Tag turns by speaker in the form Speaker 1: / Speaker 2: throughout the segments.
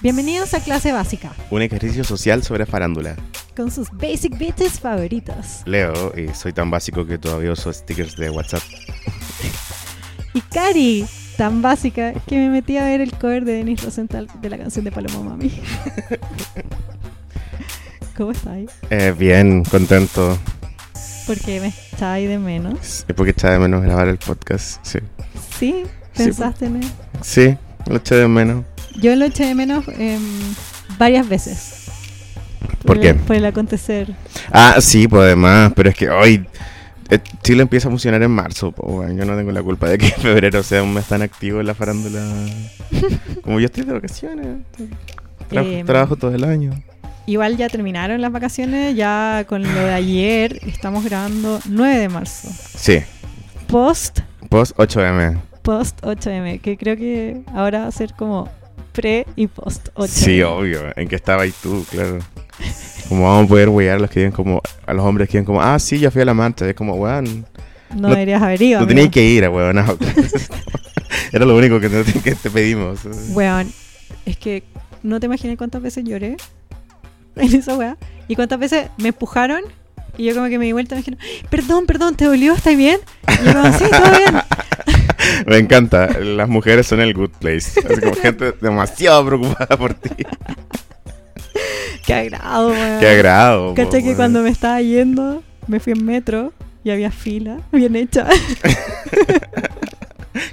Speaker 1: Bienvenidos a Clase Básica,
Speaker 2: Un ejercicio social sobre farándula.
Speaker 1: con sus basic bitches favoritos.
Speaker 2: Leo, y soy tan básico que todavía uso stickers de WhatsApp.
Speaker 1: Y Cari, tan básica que me metí a ver el cover de Denis Rosenthal de la canción de Paloma Mami. ¿Cómo estáis?
Speaker 2: Eh, bien, contento.
Speaker 1: Porque me estáis de menos.
Speaker 2: Es porque echaba de menos grabar el podcast. Sí. pues.
Speaker 1: Sí, pensaste en él.
Speaker 2: Sí, lo eché de menos.
Speaker 1: Yo lo eché de menos em, varias veces.
Speaker 2: ¿Por qué?
Speaker 1: el- Por el acontecer.
Speaker 2: Ah, sí, pues además, pero es que hoy. eh, Chile empieza a funcionar en marzo, po, weón. yo no tengo la culpa de que en febrero sea un mes tan activo en la farándula. Como yo estoy de vacaciones, trabajo,
Speaker 1: Em.
Speaker 2: trabajo todo el año.
Speaker 1: Igual ya terminaron las vacaciones, ya con lo de ayer estamos grabando 9 de marzo.
Speaker 2: Sí,
Speaker 1: Post,
Speaker 2: post 8M.
Speaker 1: post 8M, que creo que ahora va a ser como pre y post 8M.
Speaker 2: Sí, obvio. ¿En qué estaba ahí tú? Claro. Como vamos a poder wear a los que digan como, a los hombres que digan como, ah, sí, ya fui a la marcha. Es como, weón,
Speaker 1: No,
Speaker 2: No-
Speaker 1: deberías haber ido.
Speaker 2: tú
Speaker 1: amigo.
Speaker 2: tenías que ir, weón. Era lo único que te, que te pedimos.
Speaker 1: Weón, es que no te imaginas cuántas veces lloré en esa weá. Y cuántas veces me empujaron y yo como que me di vuelta y me dijeron, perdón, perdón, ¿te dolió? ¿Estás bien? Y yo como, sí, todo bien.
Speaker 2: Me encanta. Las mujeres son el good place. Así como gente demasiado preocupada por ti.
Speaker 1: Qué agrado, weón.
Speaker 2: Qué agrado. po,
Speaker 1: Caché Ah, que
Speaker 2: weón.
Speaker 1: cuando me estaba yendo, me fui en metro y había fila, bien hecha.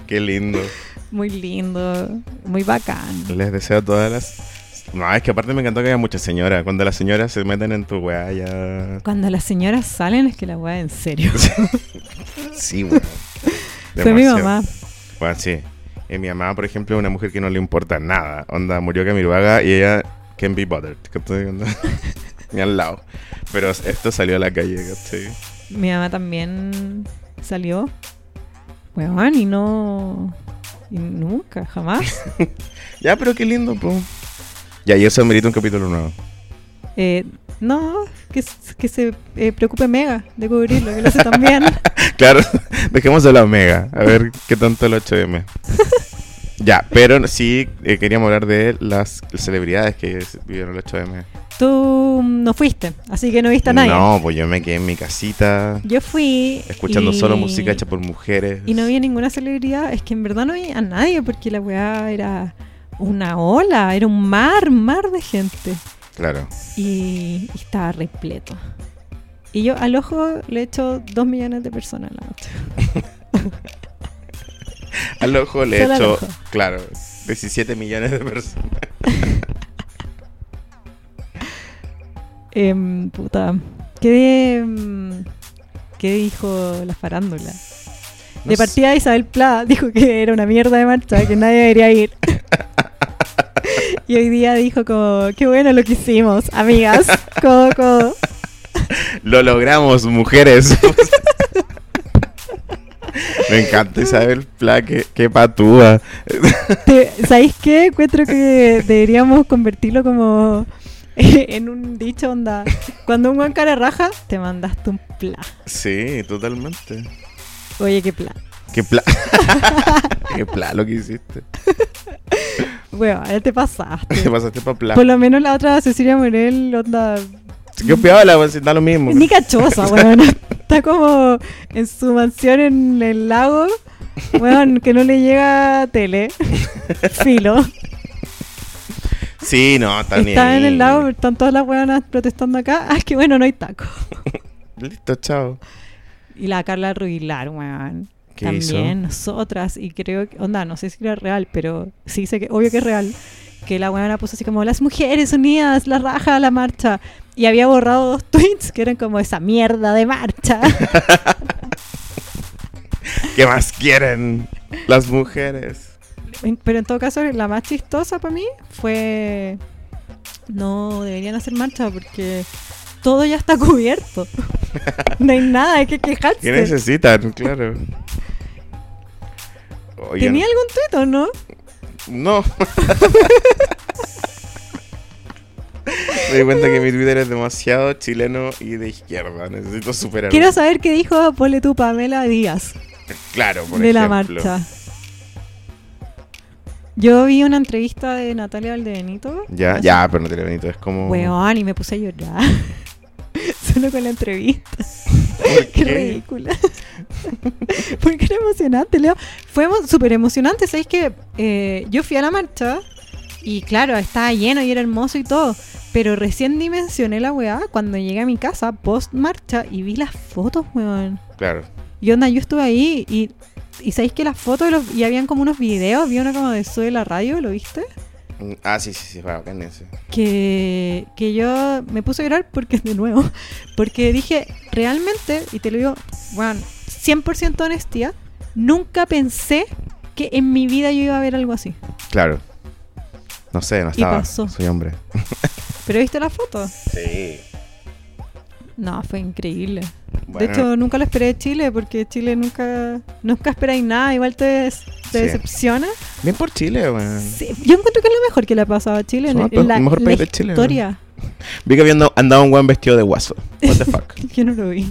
Speaker 2: Qué lindo.
Speaker 1: Muy lindo, muy bacán.
Speaker 2: Les deseo a todas las... No, es que aparte me encantó que haya muchas señoras. Cuando las señoras se meten en tu weá, ya...
Speaker 1: Cuando las señoras salen es que la weá en serio.
Speaker 2: Sí, weón.
Speaker 1: Fue mi
Speaker 2: Demasiado.
Speaker 1: mamá.
Speaker 2: Bueno, sí. Y mi mamá, por ejemplo, es una mujer que no le importa nada. Onda, murió Camiruaga y ella can be bothered. ¿cachai? Onda, Ni al lado. Pero esto salió a la calle, ¿cachai?
Speaker 1: Mi mamá también salió. Weón, y no. Y nunca, jamás.
Speaker 2: Ya, pero qué lindo, po. Ya, y eso merita un capítulo nuevo.
Speaker 1: Eh, no, que, s- que se eh, preocupe Mega de cubrirlo, que lo hace también.
Speaker 2: Claro, dejemos de la Omega. A ver qué tanto el 8M. ya, pero sí eh, queríamos hablar de las celebridades que vivieron el 8M.
Speaker 1: Tú mm, no fuiste, así que no viste a nadie.
Speaker 2: No, pues yo me quedé en mi casita,
Speaker 1: Yo fui.
Speaker 2: escuchando
Speaker 1: y-
Speaker 2: solo música hecha por mujeres.
Speaker 1: Y no había ninguna celebridad. Es que en verdad no había a nadie porque la weá era una ola, era un mar, mar de gente.
Speaker 2: Claro.
Speaker 1: Y, y estaba repleto. Y yo al ojo le echo dos millones de personas a la noche.
Speaker 2: Al ojo le he
Speaker 1: Solo al
Speaker 2: hecho,
Speaker 1: ojo.
Speaker 2: claro, 17 millones de personas.
Speaker 1: Em, puta. ¿Qué, em, qué dijo la farándula?
Speaker 2: No
Speaker 1: de
Speaker 2: sé.
Speaker 1: partida Isabel Pla dijo que era una mierda de marcha, que nadie debería ir. y hoy día dijo como, qué bueno lo que hicimos, amigas. Codo, codo.
Speaker 2: Lo logramos, mujeres. Me encanta Isabel Pla, qué, qué patúa.
Speaker 1: Te- ¿Sabéis qué? Encuentro que deberíamos convertirlo como en un dicho onda. Cuando un buen cara raja, te mandaste un pla.
Speaker 2: Sí, totalmente.
Speaker 1: Oye, qué pla.
Speaker 2: Qué pla. qué pla lo que hiciste.
Speaker 1: Bueno, ahora te pasaste.
Speaker 2: Te pasaste para pla.
Speaker 1: Por lo menos la otra Cecilia Morel, onda.
Speaker 2: Qué piola, pues, da lo mismo.
Speaker 1: Ni cachosa, weón. Está como en su mansión en el lago. Weón, que no le llega tele. Filo.
Speaker 2: Sí, no, está ni
Speaker 1: Está en
Speaker 2: ahí.
Speaker 1: el lago, están todas las weonas protestando acá. Ah, es que bueno, no hay taco.
Speaker 2: Listo, chao.
Speaker 1: Y la Carla Rubilar, weón.
Speaker 2: ¿Qué
Speaker 1: también
Speaker 2: hizo?
Speaker 1: nosotras y creo que onda no sé si era real pero sí sé que obvio que es real que la weona puso así como las mujeres unidas la raja a la marcha y había borrado dos tweets que eran como esa mierda de marcha
Speaker 2: ¿Qué más quieren las mujeres?
Speaker 1: En- pero en todo caso la más chistosa para mí fue no deberían hacer marcha porque todo ya está cubierto no hay nada hay que quejarse
Speaker 2: ¿Qué necesitan? Claro. Oigan.
Speaker 1: tenía algún tweet o no
Speaker 2: No. Me di cuenta que mi Twitter es demasiado chileno y de izquierda. Necesito superarlo.
Speaker 1: quiero saber qué dijo ponle tú Pamela Díaz
Speaker 2: Claro, por
Speaker 1: de la
Speaker 2: ejemplo.
Speaker 1: marcha. Yo vi una entrevista de Natalia Valdebenito.
Speaker 2: Ya,
Speaker 1: hace-
Speaker 2: ya, pero no te lo benito, es como.
Speaker 1: Weón, y me puse a llorar. Solo con la entrevista.
Speaker 2: ¿Por
Speaker 1: Qué
Speaker 2: qué?
Speaker 1: ridícula. Porque era emocionante, Leo. Fue emo- súper emocionante. Sabéis que Eh, yo fui a la marcha y, claro, estaba lleno y era hermoso y todo. Pero recién dimensioné la weá cuando llegué a mi casa post marcha y vi las fotos, weón.
Speaker 2: Claro.
Speaker 1: Y onda, yo estuve ahí y, y sabéis que las fotos de los- y habían como unos videos. Vi uno como de Sube la Radio, ¿lo viste?
Speaker 2: Mm, Ah, sí, sí, sí, va, en ese.
Speaker 1: que, que yo me puse a llorar porque, de nuevo, porque dije, realmente, y te lo digo, bueno, 100% honestía, nunca pensé que en mi vida yo iba a ver algo así.
Speaker 2: Claro. No sé, no estaba.
Speaker 1: pasó?
Speaker 2: Soy hombre.
Speaker 1: ¿Pero viste la foto?
Speaker 2: Sí.
Speaker 1: No, fue increíble.
Speaker 2: Bueno.
Speaker 1: De hecho, nunca lo esperé de Chile, porque Chile nunca, nunca esperáis nada, igual te, des- te
Speaker 2: Sí.
Speaker 1: decepciona.
Speaker 2: Bien por Chile, weón.
Speaker 1: Sí, Yo encuentro que es lo mejor que le ha pasado a Chile en,
Speaker 2: Somos
Speaker 1: en
Speaker 2: el
Speaker 1: la,
Speaker 2: mejor
Speaker 1: la
Speaker 2: país de Chile,
Speaker 1: historia.
Speaker 2: Vi que había andado- andado un weón vestido de guaso. What the fuck.
Speaker 1: Yo no lo vi.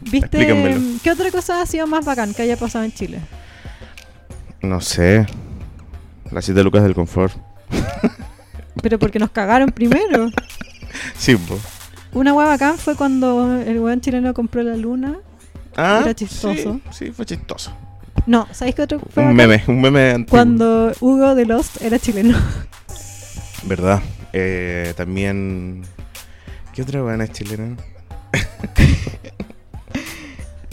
Speaker 1: ¿Viste?
Speaker 2: Explícamelo.
Speaker 1: ¿Qué otra cosa ha sido más bacán que haya pasado en Chile?
Speaker 2: No sé. Las 7 lucas del confort.
Speaker 1: Pero porque nos cagaron primero.
Speaker 2: Sí, po.
Speaker 1: Una hueá bacán fue cuando el weón chileno compró la luna.
Speaker 2: Ah,
Speaker 1: Era chistoso.
Speaker 2: Sí, sí, fue chistoso.
Speaker 1: No, ¿sabéis qué otro fue bacán?
Speaker 2: Un meme, un meme antiguo.
Speaker 1: Cuando Hugo de Lost era chileno.
Speaker 2: Verdad. Eh, también. ¿Qué otra weón es chilena?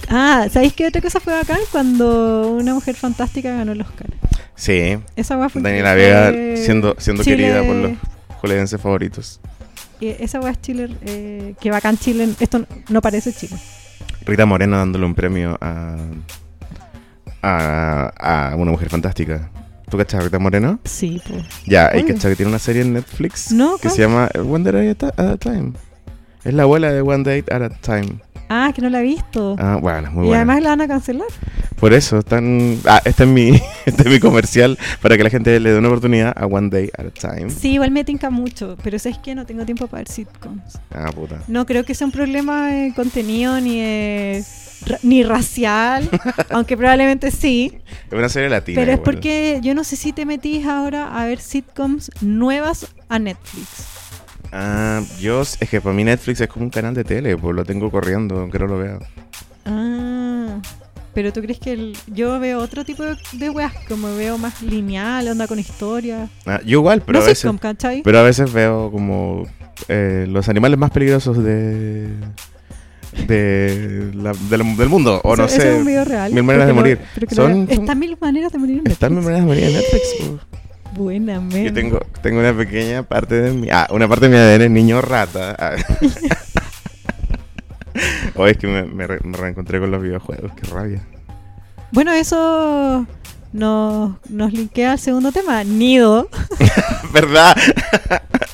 Speaker 1: Ah, ¿sabéis qué otra cosa fue bacán? Cuando una mujer fantástica ganó el Oscar.
Speaker 2: Sí.
Speaker 1: Esa hueá fue.
Speaker 2: Daniela Vega
Speaker 1: fue
Speaker 2: siendo, siendo
Speaker 1: Chile-
Speaker 2: querida por los holenses favoritos.
Speaker 1: eh, Esa hueá es Chile. eh, que bacán Chile. Esto no- no parece Chile.
Speaker 2: Rita Moreno dándole un premio a. a, a una mujer fantástica. ¿Tú cachas a Rita Moreno?
Speaker 1: Sí, pues.
Speaker 2: Ya, hay
Speaker 1: Oye.
Speaker 2: que que tiene una serie en Netflix
Speaker 1: No,
Speaker 2: que
Speaker 1: ¿cuál?
Speaker 2: se llama One Day at a- at a Time. Es la abuela de One Day at a Time.
Speaker 1: Ah, que no la he visto.
Speaker 2: Ah, bueno, es muy
Speaker 1: y
Speaker 2: buena.
Speaker 1: además la van a cancelar.
Speaker 2: Por eso, están. Ah, este es, mi, este es mi comercial para que la gente le dé una oportunidad a One Day at a Time.
Speaker 1: Sí, igual me tinca mucho. Pero ¿sabes que No tengo tiempo para ver sitcoms.
Speaker 2: Ah, puta.
Speaker 1: No creo que sea un problema de contenido ni de ra- ni racial, aunque probablemente sí,
Speaker 2: Es una serie latina.
Speaker 1: pero es
Speaker 2: igual.
Speaker 1: porque yo no sé si te metís ahora a ver sitcoms nuevas a Netflix.
Speaker 2: Ah, yo. Es que para mí Netflix es como un canal de tele, pues lo tengo corriendo, aunque no lo vea.
Speaker 1: Ah, pero tú crees que el- yo veo otro tipo de, de weas, como veo más lineal, onda con historia.
Speaker 2: Ah, yo igual, pero
Speaker 1: no
Speaker 2: a veces.
Speaker 1: sitcom, ¿cachai?
Speaker 2: Pero a veces veo como eh, los animales más peligrosos de. de la- del, del mundo, o
Speaker 1: Eso-
Speaker 2: no
Speaker 1: ese
Speaker 2: sé.
Speaker 1: es un video real.
Speaker 2: mil maneras
Speaker 1: Creo
Speaker 2: de
Speaker 1: que lo-
Speaker 2: morir.
Speaker 1: creo que lo
Speaker 2: Son-
Speaker 1: veo.
Speaker 2: son-
Speaker 1: Están mil maneras de morir en
Speaker 2: Están
Speaker 1: Netflix.
Speaker 2: mis maneras de morir en Netflix. pues. po.
Speaker 1: Buena, men.
Speaker 2: Yo tengo, tengo una pequeña parte de mi. Ah, una parte de mi ADN es niño rata. Ah. Hoy es que me, me re- me reencontré con los videojuegos, qué rabia.
Speaker 1: Bueno, eso nos, nos linkea al segundo tema, Nido.
Speaker 2: ¿Verdad?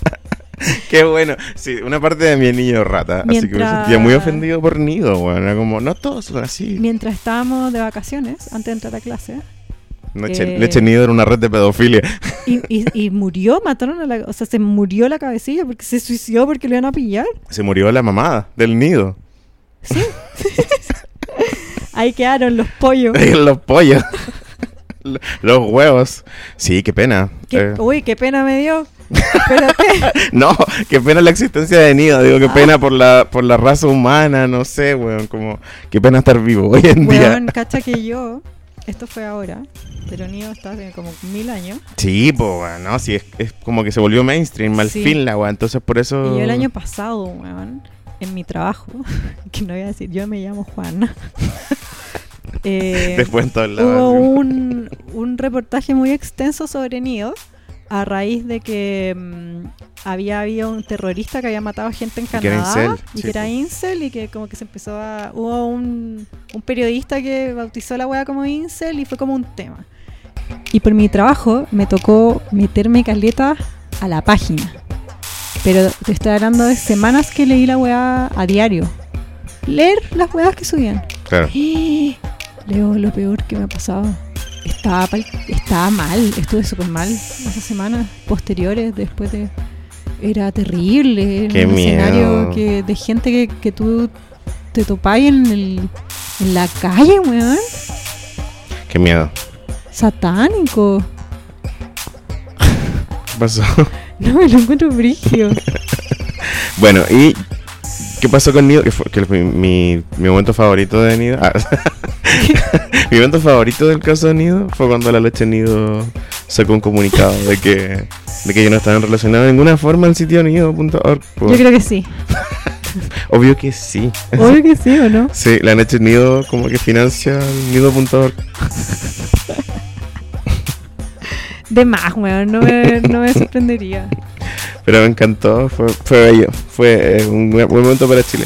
Speaker 2: Qué bueno. Sí, una parte de mi es niño rata. Así que me
Speaker 1: Mientras-
Speaker 2: sentía muy ofendido por nido, bueno. Era como, no todos son así.
Speaker 1: Mientras estábamos de vacaciones, antes de entrar a clase,
Speaker 2: No eche-
Speaker 1: Eh.
Speaker 2: Leche Nido era una red de pedofilia.
Speaker 1: y, y- y murió, mataron a la. O sea, se murió la cabecilla porque se suicidó porque le iban a pillar.
Speaker 2: Se murió la mamada del nido.
Speaker 1: Sí. Ahí quedaron los pollos.
Speaker 2: Los pollos. Lo- Los huevos. Sí, qué pena.
Speaker 1: Qué-
Speaker 2: Eh,
Speaker 1: Uy, qué pena me dio. Espérate.
Speaker 2: no, qué pena la existencia de nido. Digo,
Speaker 1: Ah.
Speaker 2: qué pena por la, por la raza humana. No sé, weón. Como, qué pena estar vivo hoy en
Speaker 1: Weón,
Speaker 2: día.
Speaker 1: cacha que yo. Esto fue ahora, pero Nido está hace como mil años.
Speaker 2: Sí, po, weón. No, sí, es, es como que se volvió mainstream. Al
Speaker 1: Sí.
Speaker 2: fin la weón. Entonces, por
Speaker 1: Y
Speaker 2: eso.
Speaker 1: yo el año pasado, weón, en mi trabajo, que no voy a decir, yo me llamo Juana. eh,
Speaker 2: Después en todos lados.
Speaker 1: hubo un, un reportaje muy extenso sobre Nido a raíz de que mm, había habido un terrorista que había matado gente en
Speaker 2: Y que era
Speaker 1: Canadá
Speaker 2: incel,
Speaker 1: y
Speaker 2: sí,
Speaker 1: que era
Speaker 2: po.
Speaker 1: incel y que como que se empezó a... Hubo un, un periodista que bautizó a la weá como incel y fue como un tema. Y por mi trabajo me tocó meterme caleta a la página. Pero te estoy hablando de semanas que leí la weá a diario. Leer las weas que subían.
Speaker 2: Claro.
Speaker 1: ¡Eh! Leo, lo peor que me ha pasado. Estaba, pal- estaba mal, estuve súper mal esas semanas posteriores, después de... Era terrible, era
Speaker 2: Qué
Speaker 1: un escenario
Speaker 2: miedo.
Speaker 1: que, de gente que, que tú te topáis en, el- en la calle, weón.
Speaker 2: Qué miedo.
Speaker 1: Satánico.
Speaker 2: ¿Qué pasó?
Speaker 1: No, me lo encuentro brigio.
Speaker 2: Bueno, ¿y qué pasó con Nido? Que fue que mi, mi- mi momento favorito de Nido. ah, mi momento favorito del caso de Nido fue cuando la leche Nido sacó un comunicado de que, de que ellos no estaban relacionados de ninguna forma al sitio nido.org. po.
Speaker 1: Yo creo que sí.
Speaker 2: Obvio que sí.
Speaker 1: Obvio que sí, ¿o no?
Speaker 2: Sí, la leche Nido como que financia el nido.org.
Speaker 1: De más, weón. No me, no me sorprendería.
Speaker 2: Pero me encantó, fue, fue bello. Fue eh, un buen buen momento para Chile.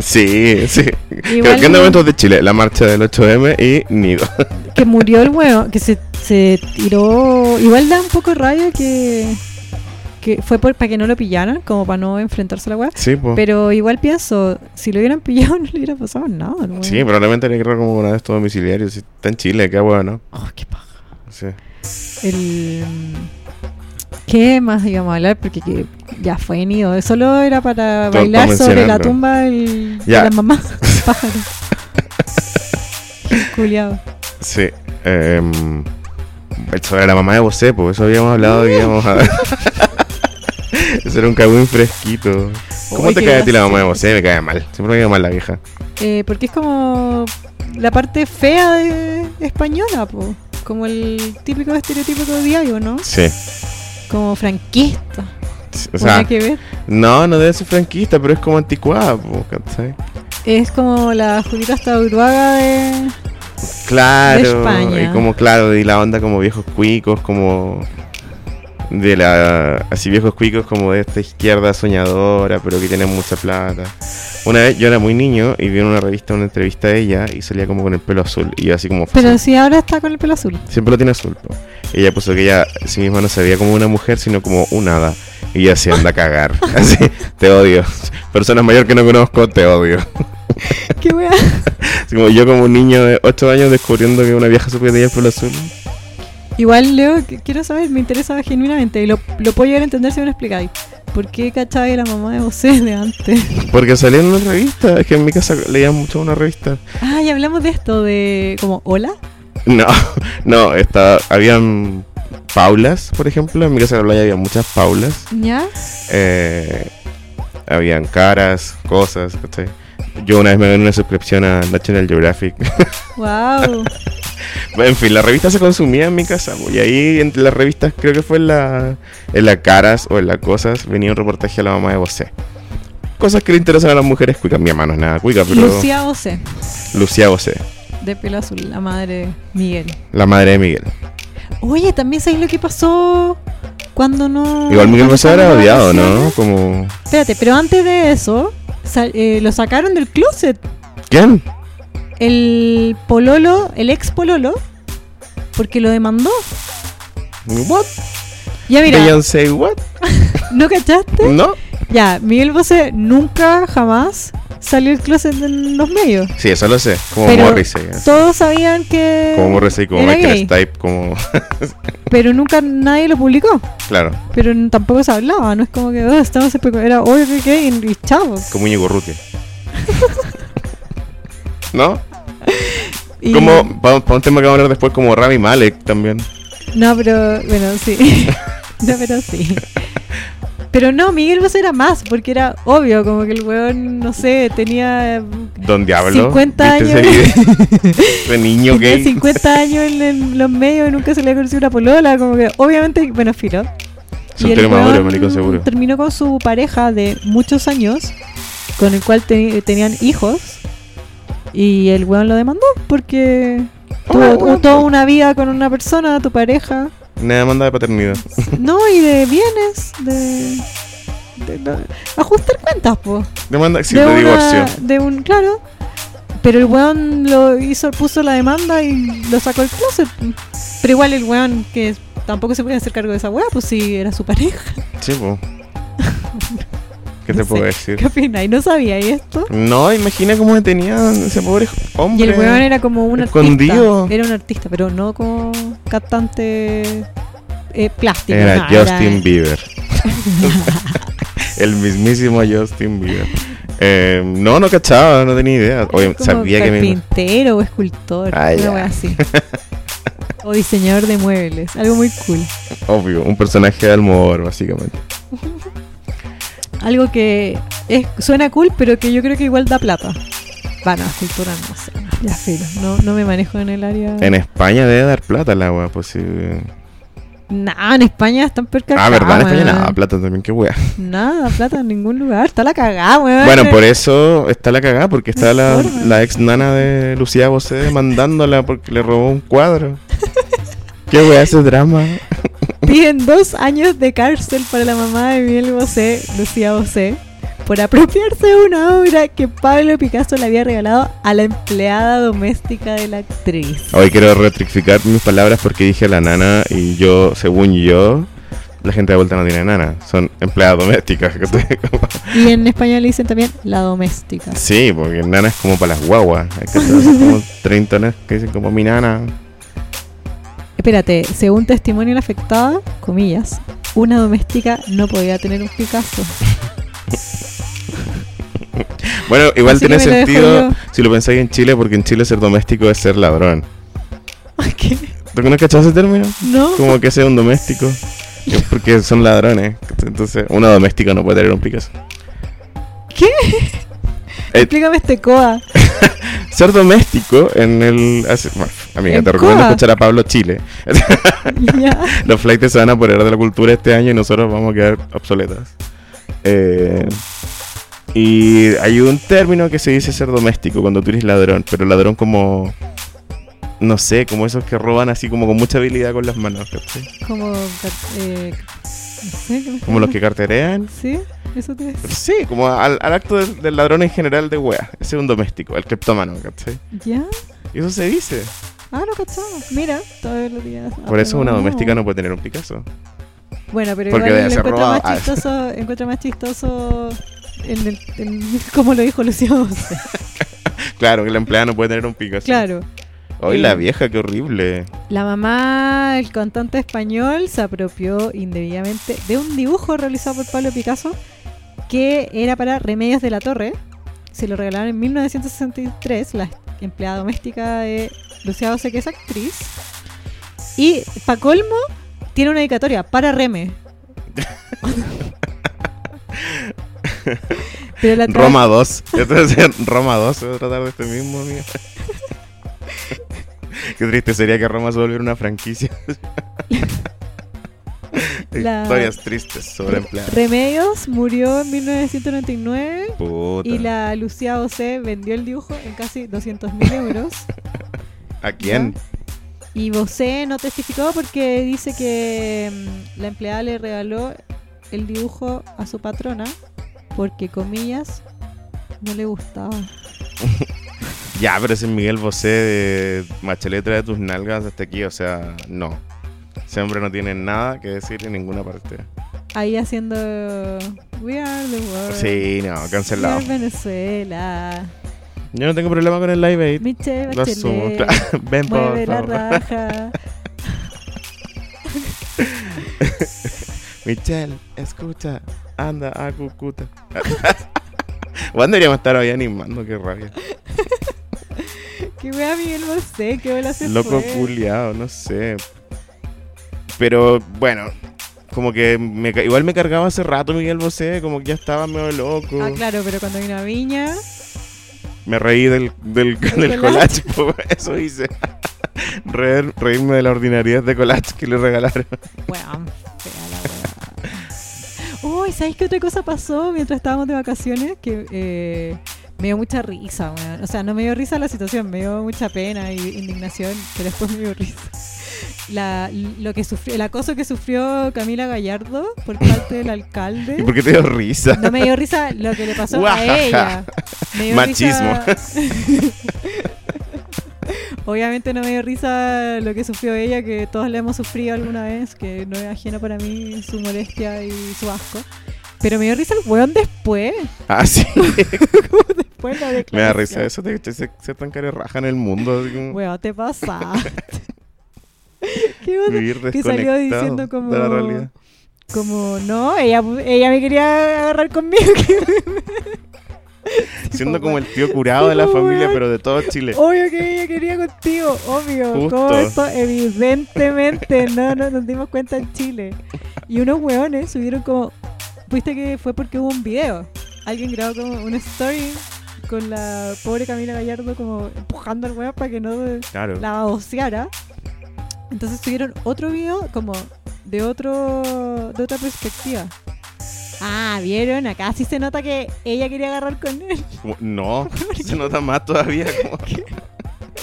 Speaker 2: Sí, sí.
Speaker 1: Igual
Speaker 2: Grandes
Speaker 1: no-
Speaker 2: momentos de Chile, la marcha del 8M y Nido.
Speaker 1: Que murió el weón. Que se, se tiró. Igual da un poco de rabia que. Que fue por, para que no lo pillaran, como para no enfrentarse a la weá.
Speaker 2: Sí, pues.
Speaker 1: Pero igual pienso, si lo hubieran pillado, no le hubiera pasado nada, weón.
Speaker 2: Sí, probablemente le creo como una de estos domiciliarios. sí, Está en Chile, qué bueno.
Speaker 1: Oh, qué paja.
Speaker 2: Sí.
Speaker 1: El. ¿Qué más íbamos a hablar? Porque que- ya fue nido. Solo era para
Speaker 2: Pa- pa
Speaker 1: bailar sobre la
Speaker 2: mencionarlo.
Speaker 1: tumba del-
Speaker 2: Ya.
Speaker 1: de la mamá. Pájaro. Culiado.
Speaker 2: Sí. em, sobre la mamá de Bosé, pues eso habíamos hablado que íbamos a. Eso era un cagüín fresquito. ¿Cómo
Speaker 1: Ay,
Speaker 2: te
Speaker 1: qué
Speaker 2: cae a ti la mamá de
Speaker 1: gracioso.
Speaker 2: Bosé? Me cae mal. Siempre me cae mal la vieja.
Speaker 1: Eh, porque es como la parte fea de española, po. como el típico estereotípico diario, ¿no?
Speaker 2: Sí.
Speaker 1: Como franquista.
Speaker 2: sí, O
Speaker 1: O
Speaker 2: sea,
Speaker 1: que ver.
Speaker 2: no, no debe ser franquista, pero es como anticuada, pues, ¿cachai?
Speaker 1: Es como la Julita Stauduaga de...
Speaker 2: Claro.
Speaker 1: De España.
Speaker 2: Y como, claro, y la onda como viejos cuicos, como. De la. Así viejos cuicos como de esta izquierda soñadora, pero que tienen mucha plata. Una vez yo era muy niño y vi en una revista una entrevista de ella y salía como con el pelo azul. Y yo así como.
Speaker 1: Pero si ahora está con el pelo azul.
Speaker 2: Siempre lo tiene azul. po". Y Ella puso que ella a sí misma no se veía como una mujer, sino como un hada. Y ella se anda a cagar. Así, te odio. Personas mayor que no conozco, te odio.
Speaker 1: Qué wea.
Speaker 2: Así como yo como un niño de 8 años descubriendo que una vieja supe tenía el pelo azul.
Speaker 1: Igual, Leo, que- quiero saber, me interesa genuinamente. Y lo, lo puedo llegar a entender si me lo explicáis. ¿Por qué cachai la mamá de José de antes?
Speaker 2: Porque salía en una revista. Es que en mi casa leía mucho una revista.
Speaker 1: Ah, y hablamos de esto, de como, ¿hola?
Speaker 2: No, no, estaba, habían Paulas, por ejemplo. En mi casa de la playa había muchas Paulas.
Speaker 1: ¿Ya?
Speaker 2: Eh, habían caras, cosas, ¿cachai? Yo una vez me gané una suscripción a National Geographic.
Speaker 1: Wow.
Speaker 2: En fin, la revista se consumía en mi casa. po, Y ahí entre las revistas, creo que fue en la, en la Caras o en la Cosas, venía un reportaje a la mamá de Bosé. Cosas que le interesan a las mujeres cuicas. Mi hermano es nada cuica, pero
Speaker 1: Lucía José,
Speaker 2: Lucía Bosé,
Speaker 1: de pelo azul, la madre de Miguel.
Speaker 2: la madre de Miguel.
Speaker 1: Oye, también sabéis lo que pasó cuando no.
Speaker 2: Igual Miguel
Speaker 1: cuando
Speaker 2: Bosé era
Speaker 1: estaban
Speaker 2: odiado, ¿no?
Speaker 1: relacionados?
Speaker 2: Como...
Speaker 1: Espérate, pero antes de eso, sa- eh, lo sacaron del closet.
Speaker 2: ¿Quién?
Speaker 1: El pololo, el ex pololo, porque lo demandó.
Speaker 2: ¿What?
Speaker 1: Ya mira, ¿Mm?
Speaker 2: Beyoncé, what?
Speaker 1: ¿no cachaste?
Speaker 2: ¿No?
Speaker 1: Ya, Miguel Bosé nunca jamás salió del closet en los medios.
Speaker 2: Sí, eso lo sé. Como
Speaker 1: Pero-
Speaker 2: Morrissey. ¿eh?
Speaker 1: Todos sabían que.
Speaker 2: Como Morrissey, como
Speaker 1: era
Speaker 2: Michael
Speaker 1: gay,
Speaker 2: Stipe, como...
Speaker 1: Pero nunca nadie lo publicó.
Speaker 2: claro,
Speaker 1: Pero n- tampoco se hablaba, no es como que "Oh, estamos especu-". Era obvio que gay y chavo.
Speaker 2: como Íñigo Urrutia. ¿No?
Speaker 1: Y-
Speaker 2: Como, para un tema que vamos a hablar después, como Rami Malek también.
Speaker 1: No, pero bueno, sí. no, pero sí. Pero no, Miguel Bosé era más, porque era obvio, como que el weón, no sé, tenía eh,
Speaker 2: Don Diablo.
Speaker 1: 50
Speaker 2: ¿viste
Speaker 1: años.
Speaker 2: ese video? De niño
Speaker 1: tenía
Speaker 2: gay.
Speaker 1: 50 años en, en los medios y nunca se le ha conocido una polola, como que obviamente, bueno, filo. Y el
Speaker 2: Soltero maduro,
Speaker 1: weón
Speaker 2: maricón seguro.
Speaker 1: terminó con su pareja de muchos años, con el cual te- tenían hijos, y el weón lo demandó porque
Speaker 2: Hola,
Speaker 1: tuvo
Speaker 2: weón.
Speaker 1: toda una vida con una persona, tu pareja.
Speaker 2: Una demanda de paternidad.
Speaker 1: No, y de bienes, de. de no- ajustar cuentas, po.
Speaker 2: Demanda sí,
Speaker 1: de,
Speaker 2: de
Speaker 1: una-
Speaker 2: divorcio.
Speaker 1: de un. Claro. Pero el weón lo hizo, puso la demanda y lo sacó el closet. Pero igual el weón que tampoco se podía hacer cargo de esa weá, pues si era su pareja.
Speaker 2: Sí, po. ¿Qué te
Speaker 1: No sé.
Speaker 2: puedo decir?
Speaker 1: ¿Qué opináis? No sabía ¿y esto.
Speaker 2: No, imagina cómo detenían ese pobre
Speaker 1: Y
Speaker 2: hombre.
Speaker 1: el weón era como un
Speaker 2: escondido.
Speaker 1: artista. Era un artista, pero no como cantante eh, plástico.
Speaker 2: Era
Speaker 1: no,
Speaker 2: Justin Bieber. el mismísimo Justin Bieber. Eh, no, no cachaba, no tenía idea. Oye,
Speaker 1: como
Speaker 2: sabía que me...
Speaker 1: carpintero o escultor,
Speaker 2: Ah,
Speaker 1: una
Speaker 2: ya.
Speaker 1: wea así. O diseñador de muebles, algo muy cool.
Speaker 2: Obvio, un personaje de Almodóvar, básicamente.
Speaker 1: Algo que es, suena cool, pero que yo creo que igual da plata. Van a cultura, no sé. Ya filo, no, no me manejo en el área.
Speaker 2: En e- España debe dar plata la agua, pues sí.
Speaker 1: Nah, en España están perca.
Speaker 2: Ah, ¿verdad? En España nada, plata también, qué wea.
Speaker 1: Nada, plata en ningún lugar. Está la cagada, weón.
Speaker 2: Bueno, por eso está la cagada, porque está la,
Speaker 1: Forma.
Speaker 2: la ex nana de Lucía Bosé demandándola porque le robó un cuadro. Qué wea ese drama.
Speaker 1: Piden dos años de cárcel para la mamá de Miguel Bosé, Lucía Bosé, por apropiarse de una obra que Pablo Picasso le había regalado a la empleada doméstica de la actriz.
Speaker 2: Hoy quiero retrificar mis palabras porque dije la nana y yo, según yo, la gente de vuelta no tiene nana, son empleadas domésticas. ¿cachai? Como-
Speaker 1: Y en español le dicen también la doméstica.
Speaker 2: sí, porque nana es como para las guaguas. Hay que hacer como treintonas que dicen como mi nana.
Speaker 1: Espérate, según testimonio de la afectada, comillas, una doméstica no podía tener un Picasso.
Speaker 2: Bueno, igual
Speaker 1: Así que
Speaker 2: tiene
Speaker 1: me lo dejo
Speaker 2: sentido
Speaker 1: yo.
Speaker 2: si lo pensáis en Chile, porque en Chile ser doméstico es ser ladrón.
Speaker 1: ¿Qué?
Speaker 2: ¿Tú no has cachado ese término?
Speaker 1: No.
Speaker 2: Como que sea un doméstico. Es porque son ladrones. Entonces, una doméstica no puede tener un Picasso.
Speaker 1: ¿Qué?
Speaker 2: Eh,
Speaker 1: Explícame este coa.
Speaker 2: ser doméstico en el. hace- bueno, amiga,
Speaker 1: En
Speaker 2: te recomiendo
Speaker 1: Cuba.
Speaker 2: escuchar a Pablo Chile.
Speaker 1: Ya.
Speaker 2: Los flights se van a apoderar de la cultura este año y nosotros vamos a quedar obsoletas. Eh, y hay un término que se dice ser doméstico cuando tú eres ladrón, pero ladrón como. No sé, como esos que roban así como con mucha habilidad con las manos, ¿cachai?
Speaker 1: Como. eh, no sé, ¿qué me-
Speaker 2: Como los que carterean.
Speaker 1: Sí, eso te iba a decir.
Speaker 2: Sí, como al, al acto del, del ladrón en general de wea. Ese es un doméstico, el criptómano, ¿cachai?
Speaker 1: Ya.
Speaker 2: Y eso se dice.
Speaker 1: Ah, no cachamos. Mira, todos los días.
Speaker 2: Por eso
Speaker 1: Ah.
Speaker 2: una doméstica no
Speaker 1: aprendemos.
Speaker 2: puede tener un Picasso.
Speaker 1: Bueno, pero igual
Speaker 2: porque debe
Speaker 1: le
Speaker 2: ser
Speaker 1: encuentro más
Speaker 2: robado. Ah.
Speaker 1: chistoso. Encuentro más chistoso. En el, en- como lo dijo Lucía Bosé.
Speaker 2: Claro, que la empleada no puede tener un Picasso.
Speaker 1: Claro.
Speaker 2: Hoy la vieja, qué horrible.
Speaker 1: La mamá del cantante español se apropió indebidamente de un dibujo realizado por Pablo Picasso que era para Remedios de la Torre. Se lo regalaron en 1963 la empleada doméstica de Lucía Bosé, que es actriz. Y pa' colmo, tiene una dedicatoria para Reme. Pero la tra-
Speaker 2: Roma 2. Entonces, Roma 2 se va a tratar de este mismo, amiga. Qué triste sería que Roma se volviera una franquicia.
Speaker 1: La-
Speaker 2: Historias tristes sobre empleados.
Speaker 1: Remedios murió en 1999
Speaker 2: Puta.
Speaker 1: Y la Lucía Bosé vendió el dibujo en casi 200.000 euros.
Speaker 2: ¿A quién?
Speaker 1: Y Bosé no testificó porque dice que mm, la empleada le regaló el dibujo a su patrona porque, comillas, no le gustaba.
Speaker 2: Ya, pero ese Miguel Bosé de Machelet trae tus nalgas hasta aquí, o sea, no. Ese hombre no tiene nada que decir en ninguna parte.
Speaker 1: Ahí haciendo We are the world.
Speaker 2: Sí, no,
Speaker 1: We
Speaker 2: cancelado.
Speaker 1: are Venezuela.
Speaker 2: Yo no tengo problema con el live aid.
Speaker 1: Michelle
Speaker 2: Lo asumo.
Speaker 1: Bachelet.
Speaker 2: claro. Ven
Speaker 1: Mueve
Speaker 2: por
Speaker 1: la
Speaker 2: favor.
Speaker 1: raja.
Speaker 2: Michelle, escucha, anda a Cucuta. ¿Cuándo deberíamos estar hoy animando? Qué rabia.
Speaker 1: Qué wea Miguel Bosé, qué wea se
Speaker 2: Loco
Speaker 1: fue.
Speaker 2: culiado, no sé. Pero bueno, como que me ca- igual me cargaba hace rato Miguel Bosé, como que ya estaba medio loco.
Speaker 1: Ah, claro, pero cuando vino a Viña...
Speaker 2: Me reí del, del, del
Speaker 1: collage.
Speaker 2: collage, po, eso hice. Reír- reírme de la ordinariedad de collage que le regalaron.
Speaker 1: Weón, fea la weá. Uy, ¿sabes qué otra cosa pasó mientras estábamos de vacaciones? Que eh, me dio mucha risa, weón. O sea, no me dio risa la situación, me dio mucha pena y indignación, pero después me dio risa. La- lo que sufrió, el acoso que sufrió Camila Gallardo por parte del
Speaker 2: ¿Y
Speaker 1: alcalde.
Speaker 2: por qué te dio risa?
Speaker 1: No me dio risa lo que le pasó a
Speaker 2: Guajaja.
Speaker 1: ella. Me dio
Speaker 2: Machismo.
Speaker 1: risa- Obviamente no me dio risa lo que sufrió ella, que todos le hemos sufrido alguna vez, que no es ajeno para mí su molestia y su asco. Pero me dio risa el weón después.
Speaker 2: Ah, sí.
Speaker 1: después de la
Speaker 2: Me da
Speaker 1: declaración.
Speaker 2: risa eso de que se, se tan raja en el mundo. así como
Speaker 1: Weón, te pasa. Qué onda?
Speaker 2: vivir
Speaker 1: que salió
Speaker 2: desconectado
Speaker 1: diciendo como-
Speaker 2: de la realidad.
Speaker 1: Como, no, ella, ella me quería agarrar conmigo. que-
Speaker 2: Sí, siendo
Speaker 1: po,
Speaker 2: como
Speaker 1: weón.
Speaker 2: el tío curado de la
Speaker 1: Sí, po,
Speaker 2: familia,
Speaker 1: weón.
Speaker 2: pero de todo Chile.
Speaker 1: Obvio que ella quería contigo, obvio.
Speaker 2: Justo.
Speaker 1: Como esto, evidentemente, no, no nos dimos cuenta en Chile. Y unos hueones subieron como. Viste que fue porque hubo un video. Alguien grabó como una story con la pobre Camila Gallardo como empujando al hueón para que no
Speaker 2: Claro.
Speaker 1: la baboseara. Entonces subieron otro video como de otro de otra perspectiva. Ah, vieron, acá sí se nota que ella quería agarrar con él.
Speaker 2: Como- no, se nota más todavía. Como...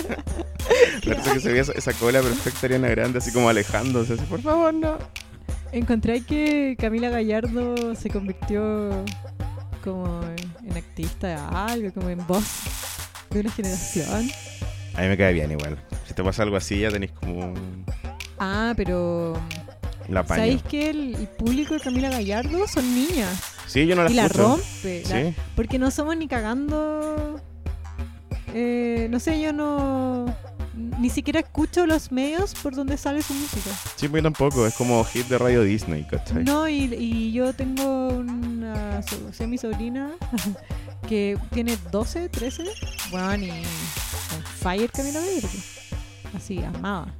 Speaker 2: Parece que se veía esa, esa cola perfecta Ariana Grande, así como alejándose. Así, por favor, no.
Speaker 1: Encontré que Camila Gallardo se convirtió como en activista de algo, como en voz de una generación.
Speaker 2: A mí me cae bien igual. Si te pasa algo así, ya tenés como un-
Speaker 1: Ah, pero
Speaker 2: la paña.
Speaker 1: ¿sabéis que el, el público de Camila Gallardo son niñas?
Speaker 2: Sí, yo no la
Speaker 1: y la
Speaker 2: Ah, escucho.
Speaker 1: rompe. la-
Speaker 2: Sí.
Speaker 1: porque no somos ni cagando. eh, no sé, yo no. Ni siquiera escucho los medios por donde sale su música.
Speaker 2: sí, pues yo tampoco. Es como hit de radio Disney, ¿cachai?
Speaker 1: No, y, y yo tengo una so- o sea, mi sobrina que tiene 12, 13. Bueno, y on fire Camila Verde. Así, amaba.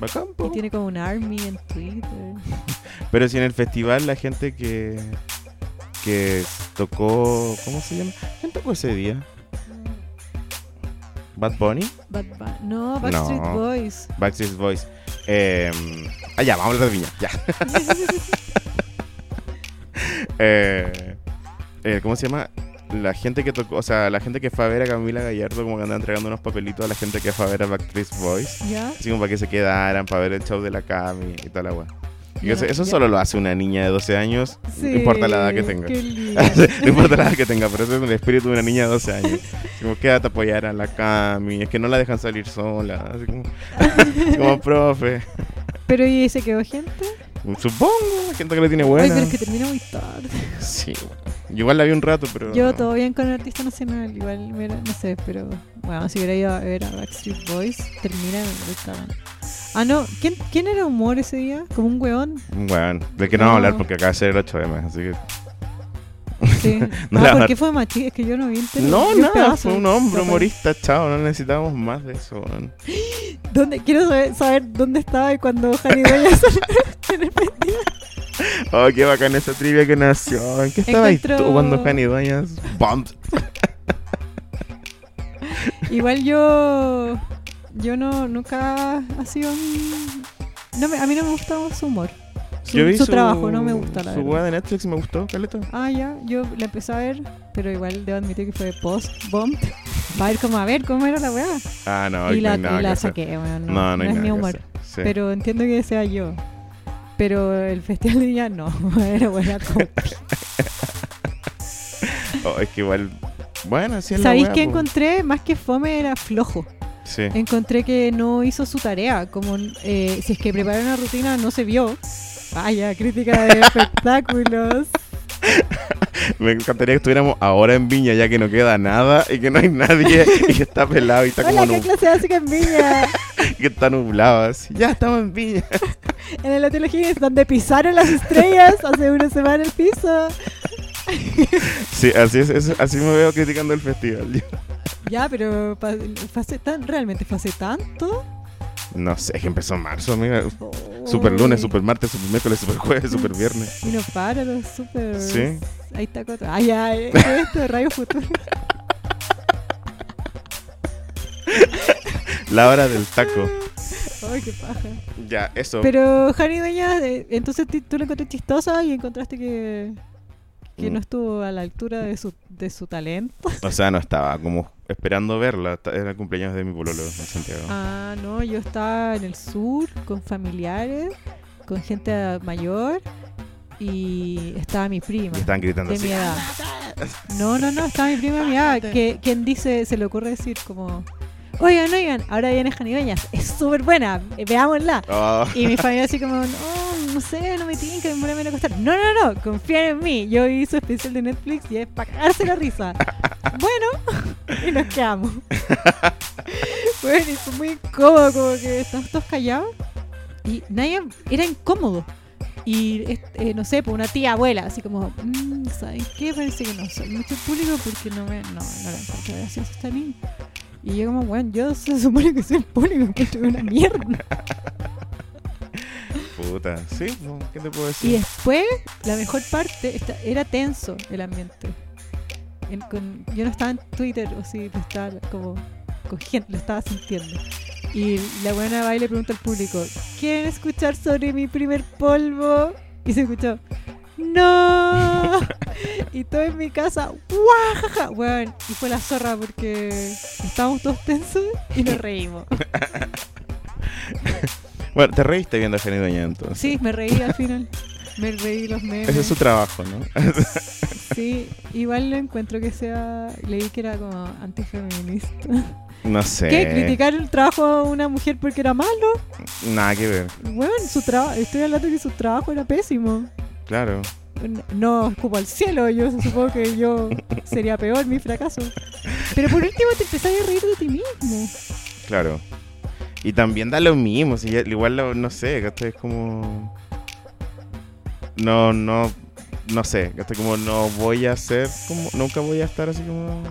Speaker 2: Bacán, po.
Speaker 1: Y tiene como un army en Twitter.
Speaker 2: Pero si en el festival la gente que. que tocó. ¿Cómo se llama? ¿Quién tocó ese día? ¿Bad Bunny?
Speaker 1: Bad Ba- no, Backstreet
Speaker 2: No.
Speaker 1: Boys.
Speaker 2: Backstreet Boys. Eh, ah, ya, vamos a hablar de Viña, ya. Eh, eh, ¿Cómo se llama? La gente que tocó, o sea, la gente que fue a ver a Camila Gallardo como que andaba entregando unos papelitos a la gente que fue a ver a Backstreet Boys.
Speaker 1: ¿Ya?
Speaker 2: Así como para que se quedaran, para ver el show de la Cami y tal agua.
Speaker 1: Ya,
Speaker 2: Eso, eso
Speaker 1: ya.
Speaker 2: solo lo hace una niña de 12 años,
Speaker 1: Sí,
Speaker 2: no importa la edad que tenga.
Speaker 1: qué lindo.
Speaker 2: no importa la edad que tenga, pero ese es el espíritu de una niña de 12 años. Así Como quédate a apoyar a la Cami, es que no la dejan salir sola. Así como, así como profe.
Speaker 1: Pero ¿y se quedó gente?
Speaker 2: Supongo, hay gente que le tiene
Speaker 1: Ay,
Speaker 2: buena.
Speaker 1: pero es que termina muy tarde.
Speaker 2: Sí, bueno. Yo igual la vi un rato, pero.
Speaker 1: Yo todo bien con el artista nacional, igual, me lo- no sé, pero bueno, si hubiera ido a ver a Backstreet Boys, termina en el cagón. Ah, no, ¿quién, ¿quién era humor ese día? Como un weón.
Speaker 2: Bueno, de que no vamos a hablar
Speaker 1: No.
Speaker 2: porque acaba de ser el 8M, así que.
Speaker 1: Sí.
Speaker 2: No
Speaker 1: ah,
Speaker 2: le va a
Speaker 1: ¿por
Speaker 2: dar-
Speaker 1: qué fue machista? Es que yo no vi el tele- vi
Speaker 2: No,
Speaker 1: un
Speaker 2: nada,
Speaker 1: pedazo.
Speaker 2: fue un hombre
Speaker 1: Capaz.
Speaker 2: humorista, chao, no necesitábamos más de eso. weón.
Speaker 1: ¿Dónde? Quiero saber, saber dónde estaba y cuando Harry Dueñas en el festival.
Speaker 2: Oh, qué bacana esa trivia que nació. ¿En qué estabas
Speaker 1: Encuentro-
Speaker 2: tú cuando Fanny Doñas bumped?
Speaker 1: Igual yo. Yo no, nunca ha sido mi- No me- a mí no me gustaba su humor. Su,
Speaker 2: Yo vi
Speaker 1: su trabajo, no me gusta la
Speaker 2: Su
Speaker 1: verdad.
Speaker 2: web de Netflix y me gustó, Caleta.
Speaker 1: Ah, ya, yo la empecé a ver, pero igual debo admitir que fue post-bomb. Va a ir como a ver cómo era la weá.
Speaker 2: Ah, no,
Speaker 1: y
Speaker 2: no
Speaker 1: la,
Speaker 2: hay nada
Speaker 1: y la
Speaker 2: que hacer.
Speaker 1: saqué, weón,
Speaker 2: No,
Speaker 1: no, no
Speaker 2: no, hay nada
Speaker 1: es mi
Speaker 2: que
Speaker 1: humor.
Speaker 2: hacer. Sí.
Speaker 1: Pero entiendo que sea yo. Pero el festival de día no, era buena copia.
Speaker 2: Oh, es que igual. Bueno, sí es la
Speaker 1: ¿Sabéis
Speaker 2: wea,
Speaker 1: qué Eh.
Speaker 2: po.
Speaker 1: encontré? Más que fome era flojo.
Speaker 2: Sí.
Speaker 1: Encontré que no hizo su tarea. Como eh, si es que preparó una rutina, no se vio. Vaya, crítica de espectáculos.
Speaker 2: Me encantaría que estuviéramos ahora en Viña, ya que no queda nada y que no hay nadie y que está pelado y está como
Speaker 1: Hola, ¿qué
Speaker 2: nub-
Speaker 1: clase básica en Viña?
Speaker 2: y que está nublado. así. Ya estamos en Viña.
Speaker 1: En el Hotel O'Higgins, donde pisaron las estrellas hace una semana el piso.
Speaker 2: Sí, así es, es- así me veo criticando el festival. yo.
Speaker 1: Ya, pero pa- fue hace tan, realmente fue hace tanto.
Speaker 2: No sé, es que empezó en marzo, amiga. Oh. Super lunes, super martes, super miércoles, super jueves, super viernes.
Speaker 1: Y no para los super.
Speaker 2: Sí.
Speaker 1: Ahí está Ah, Coto. Ay, ay, ¿qué es eh, esto? Radio Futuro.
Speaker 2: La hora del taco.
Speaker 1: Ay, qué paja.
Speaker 2: Ya, eso.
Speaker 1: Pero, Jani Dueñas, eh, entonces ti- tú la encontraste chistosa y encontraste que. Que
Speaker 2: Mm.
Speaker 1: no estuvo a la altura de su, de su talento.
Speaker 2: O sea, no estaba como esperando verla. ta- Era el cumpleaños de mi pololo en Santiago.
Speaker 1: Ah, no, yo estaba en el sur con familiares, con gente mayor y estaba mi prima.
Speaker 2: Y estaban gritando
Speaker 1: de mi
Speaker 2: así.
Speaker 1: edad. No, no, no, está mi prima de mi edad. Que, quien dice, se le ocurre decir como, oigan, oigan, ahora viene Janibeñas, es súper buena, eh, veámosla.
Speaker 2: Oh,
Speaker 1: Y mi familia así como, no, no sé, no me tinca, me voy a acostar. No, no, no, confían en mí. Yo vi su especial de Netflix y es para cagarse la risa. Bueno, y nos quedamos. Bueno, y fue muy incómodo, como que estamos todos callados. Y nadie, era incómodo. Y, es- eh, no sé, pues una tía abuela, así como, "Mm, ¿sabes qué? Parece que no soy mucho público porque no me. No, no la encuentro graciosa esta niña. Y yo, como, bueno, yo se supone que soy público, que estoy una mierda.
Speaker 2: Puta. Sí, po, ¿qué te puedo
Speaker 1: Y
Speaker 2: decir?
Speaker 1: después, la mejor parte, esta- era tenso el ambiente. En- con- yo no estaba en Twitter, o sí, lo estaba como cogiendo, lo estaba sintiendo. Y la buena va y le pregunta al público, ¿quieren escuchar sobre mi primer polvo? Y se escuchó, ¡No! y todo en mi casa, ¡guajaja! Bueno, y fue la zorra porque estábamos todos tensos y nos reímos.
Speaker 2: Bueno, te reíste viendo a Jenny Doña entonces.
Speaker 1: Sí, me reí al final. Me reí los memes.
Speaker 2: Ese es su trabajo, ¿no?
Speaker 1: Sí, igual lo encuentro que sea. Leí que era como antifeminista.
Speaker 2: No sé.
Speaker 1: ¿Qué? ¿Criticar el trabajo a una mujer porque era malo?
Speaker 2: Nada que ver.
Speaker 1: Bueno, su trabajo. Estoy hablando que su trabajo era pésimo.
Speaker 2: Claro.
Speaker 1: No, escupo al cielo. Yo supongo que yo sería peor mi fracaso. Pero por último te empezaste a reír de ti mismo.
Speaker 2: Claro. Y también da lo mismo, si ya- igual lo- no sé, ¿cachai? Es como... No, no, no sé, ¿cachai? Como no voy a ser, como, nunca voy a estar así como...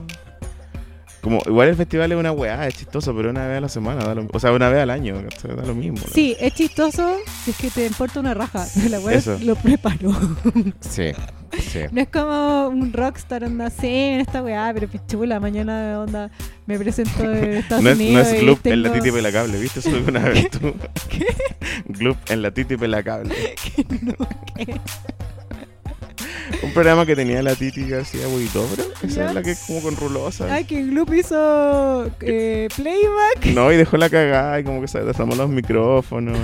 Speaker 2: Como, igual el festival es una weá, es chistoso, pero una vez a la semana, da lo- o sea, una vez al año, ¿cachai? Da lo mismo. la
Speaker 1: Sí, es chistoso si es que te importa una raja. Pero la wea
Speaker 2: Eso.
Speaker 1: lo preparó.
Speaker 2: verdad. Sí, sí.
Speaker 1: No es como un rockstar, onda, sí, en esta weá, pero pichula, mañana onda me presento en Estados
Speaker 2: No es, no
Speaker 1: Unidos.
Speaker 2: es
Speaker 1: y
Speaker 2: Gloop en la
Speaker 1: tengo-
Speaker 2: Titi Pelacable, ¿viste eso alguna vez tú? Gloop en la Titi Pelacable. Un programa que tenía la Titi García Huidobro, esa
Speaker 1: Ya.
Speaker 2: es la que es como con rulosa.
Speaker 1: Ay, que Gloop hizo eh, playback,
Speaker 2: No, y dejó la cagada y como que se desarmaron los micrófonos.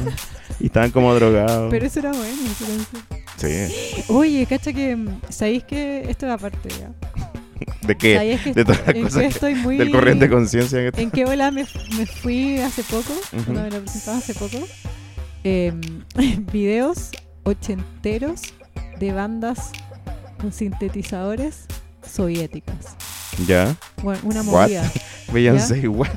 Speaker 2: Y estaban como drogados.
Speaker 1: pero eso era bueno. eso era bueno.
Speaker 2: Sí.
Speaker 1: Oye, cacha que mm, sabéis que esto es aparte ya.
Speaker 2: ¿De qué?
Speaker 1: Sabéis que,
Speaker 2: De todas las
Speaker 1: en
Speaker 2: cosas
Speaker 1: que
Speaker 2: que-
Speaker 1: estoy muy
Speaker 2: Del corriente de conciencia este- que
Speaker 1: en qué bola me, me fui hace poco,
Speaker 2: Ujú.
Speaker 1: cuando me lo presentaron hace poco, em, videos ochenteros de bandas con sintetizadores soviéticas.
Speaker 2: Ya.
Speaker 1: Bueno, una
Speaker 2: What?
Speaker 1: movida.
Speaker 2: Beyoncé igual.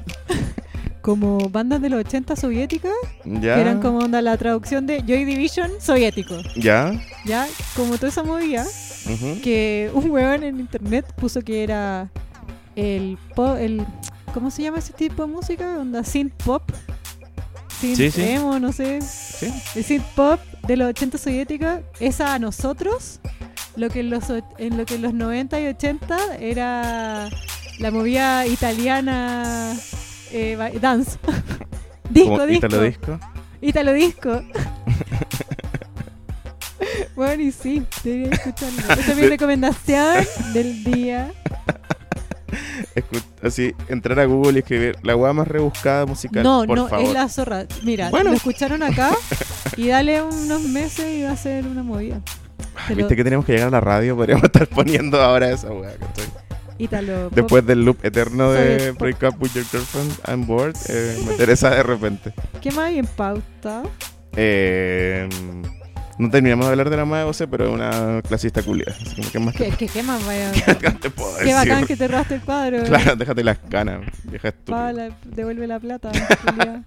Speaker 1: Como bandas de los 80 soviéticas,
Speaker 2: Ya.
Speaker 1: que eran como onda la traducción de Joy Division soviético.
Speaker 2: Ya.
Speaker 1: Ya, como toda esa movida,
Speaker 2: ujú.
Speaker 1: que un huevón en internet puso que era el pop, el ¿cómo se llama ese tipo de música? Onda synth pop. Synth
Speaker 2: Sí, sí.
Speaker 1: emo, no sé.
Speaker 2: Sí.
Speaker 1: El synth pop de los 80 soviéticos es a nosotros lo que en los och- en lo que en los 90 y 80 era la movida italiana eh, ba- dance. disco,
Speaker 2: Como
Speaker 1: disco.
Speaker 2: Italo disco.
Speaker 1: Italo disco. bueno, y sí, debería escucharlo. Esa es mi recomendación del día.
Speaker 2: Escu- Así, entrar a Google y escribir la weá más rebuscada musical.
Speaker 1: No,
Speaker 2: por
Speaker 1: no,
Speaker 2: favor.
Speaker 1: es la zorra. Mira,
Speaker 2: Bueno.
Speaker 1: lo escucharon acá y dale unos meses y va a ser una movida.
Speaker 2: Ay,
Speaker 1: pero-
Speaker 2: Ah, Viste que tenemos que llegar a la radio, podríamos estar poniendo ahora esa weá. ¿cachai?
Speaker 1: Italo. pop.
Speaker 2: Después del loop eterno de
Speaker 1: Soviet pop.
Speaker 2: Break Up With Your Girlfriend, I'm Bored, eh, me interesa de repente.
Speaker 1: ¿Qué más hay en pauta?
Speaker 2: Eh, no terminamos de hablar de la madre de José, pero es una clasista culia. Así como, ¿qué más
Speaker 1: ¿Qué,
Speaker 2: te,
Speaker 1: qué, qué más vaya?
Speaker 2: qué más te puedo
Speaker 1: Qué bacán
Speaker 2: decir?
Speaker 1: que te robaste el cuadro.
Speaker 2: Claro, déjate las ganas, vieja estúpida.
Speaker 1: Pa, la- devuelve la plata. culiao.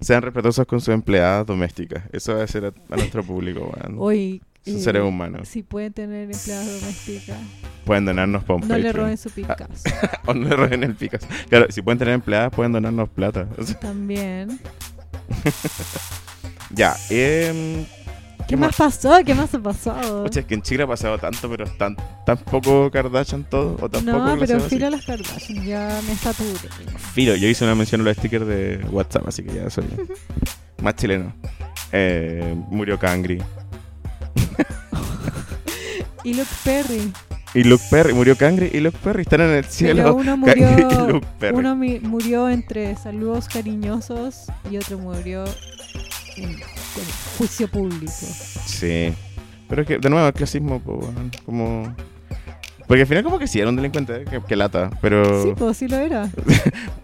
Speaker 2: Sean respetuosos con sus empleadas domésticas. Eso va a ser a, a nuestro público, weón.
Speaker 1: Hoy.
Speaker 2: Son
Speaker 1: eh,
Speaker 2: seres humanos.
Speaker 1: Si pueden tener empleadas domésticas,
Speaker 2: Pueden donarnos para un
Speaker 1: no le
Speaker 2: Patreon. Ah.
Speaker 1: roben su Picasso.
Speaker 2: O no le roben el picas. Claro, si pueden tener empleadas, pueden donarnos plata. O sea,
Speaker 1: También.
Speaker 2: ya. Eh,
Speaker 1: ¿Qué más pasó? ¿Qué más ha pasado?
Speaker 2: Oye, es que en Chile ha pasado tanto, pero tan, tan poco Kardashian todo. O tampoco
Speaker 1: no, pero
Speaker 2: relacionado así.
Speaker 1: filo a las Kardashian, ya me saturé.
Speaker 2: Filo, yo hice una mención a los stickers de WhatsApp, así que ya soy más chileno. Eh, murió Cangri.
Speaker 1: Y Luke Perry,
Speaker 2: Y Luke Perry, murió Cangri y Luke Perry están en el
Speaker 1: pero
Speaker 2: cielo.
Speaker 1: uno
Speaker 2: Cangri y
Speaker 1: murió,
Speaker 2: Luke Perry.
Speaker 1: uno mi- murió entre saludos cariñosos y otro murió en, con juicio público.
Speaker 2: Sí. Pero es que, de nuevo, el clasismo, po, weón, como. Porque al final, como que sí, era un delincuente, eh, que, que lata. Pero.
Speaker 1: Sí, pues sí lo era.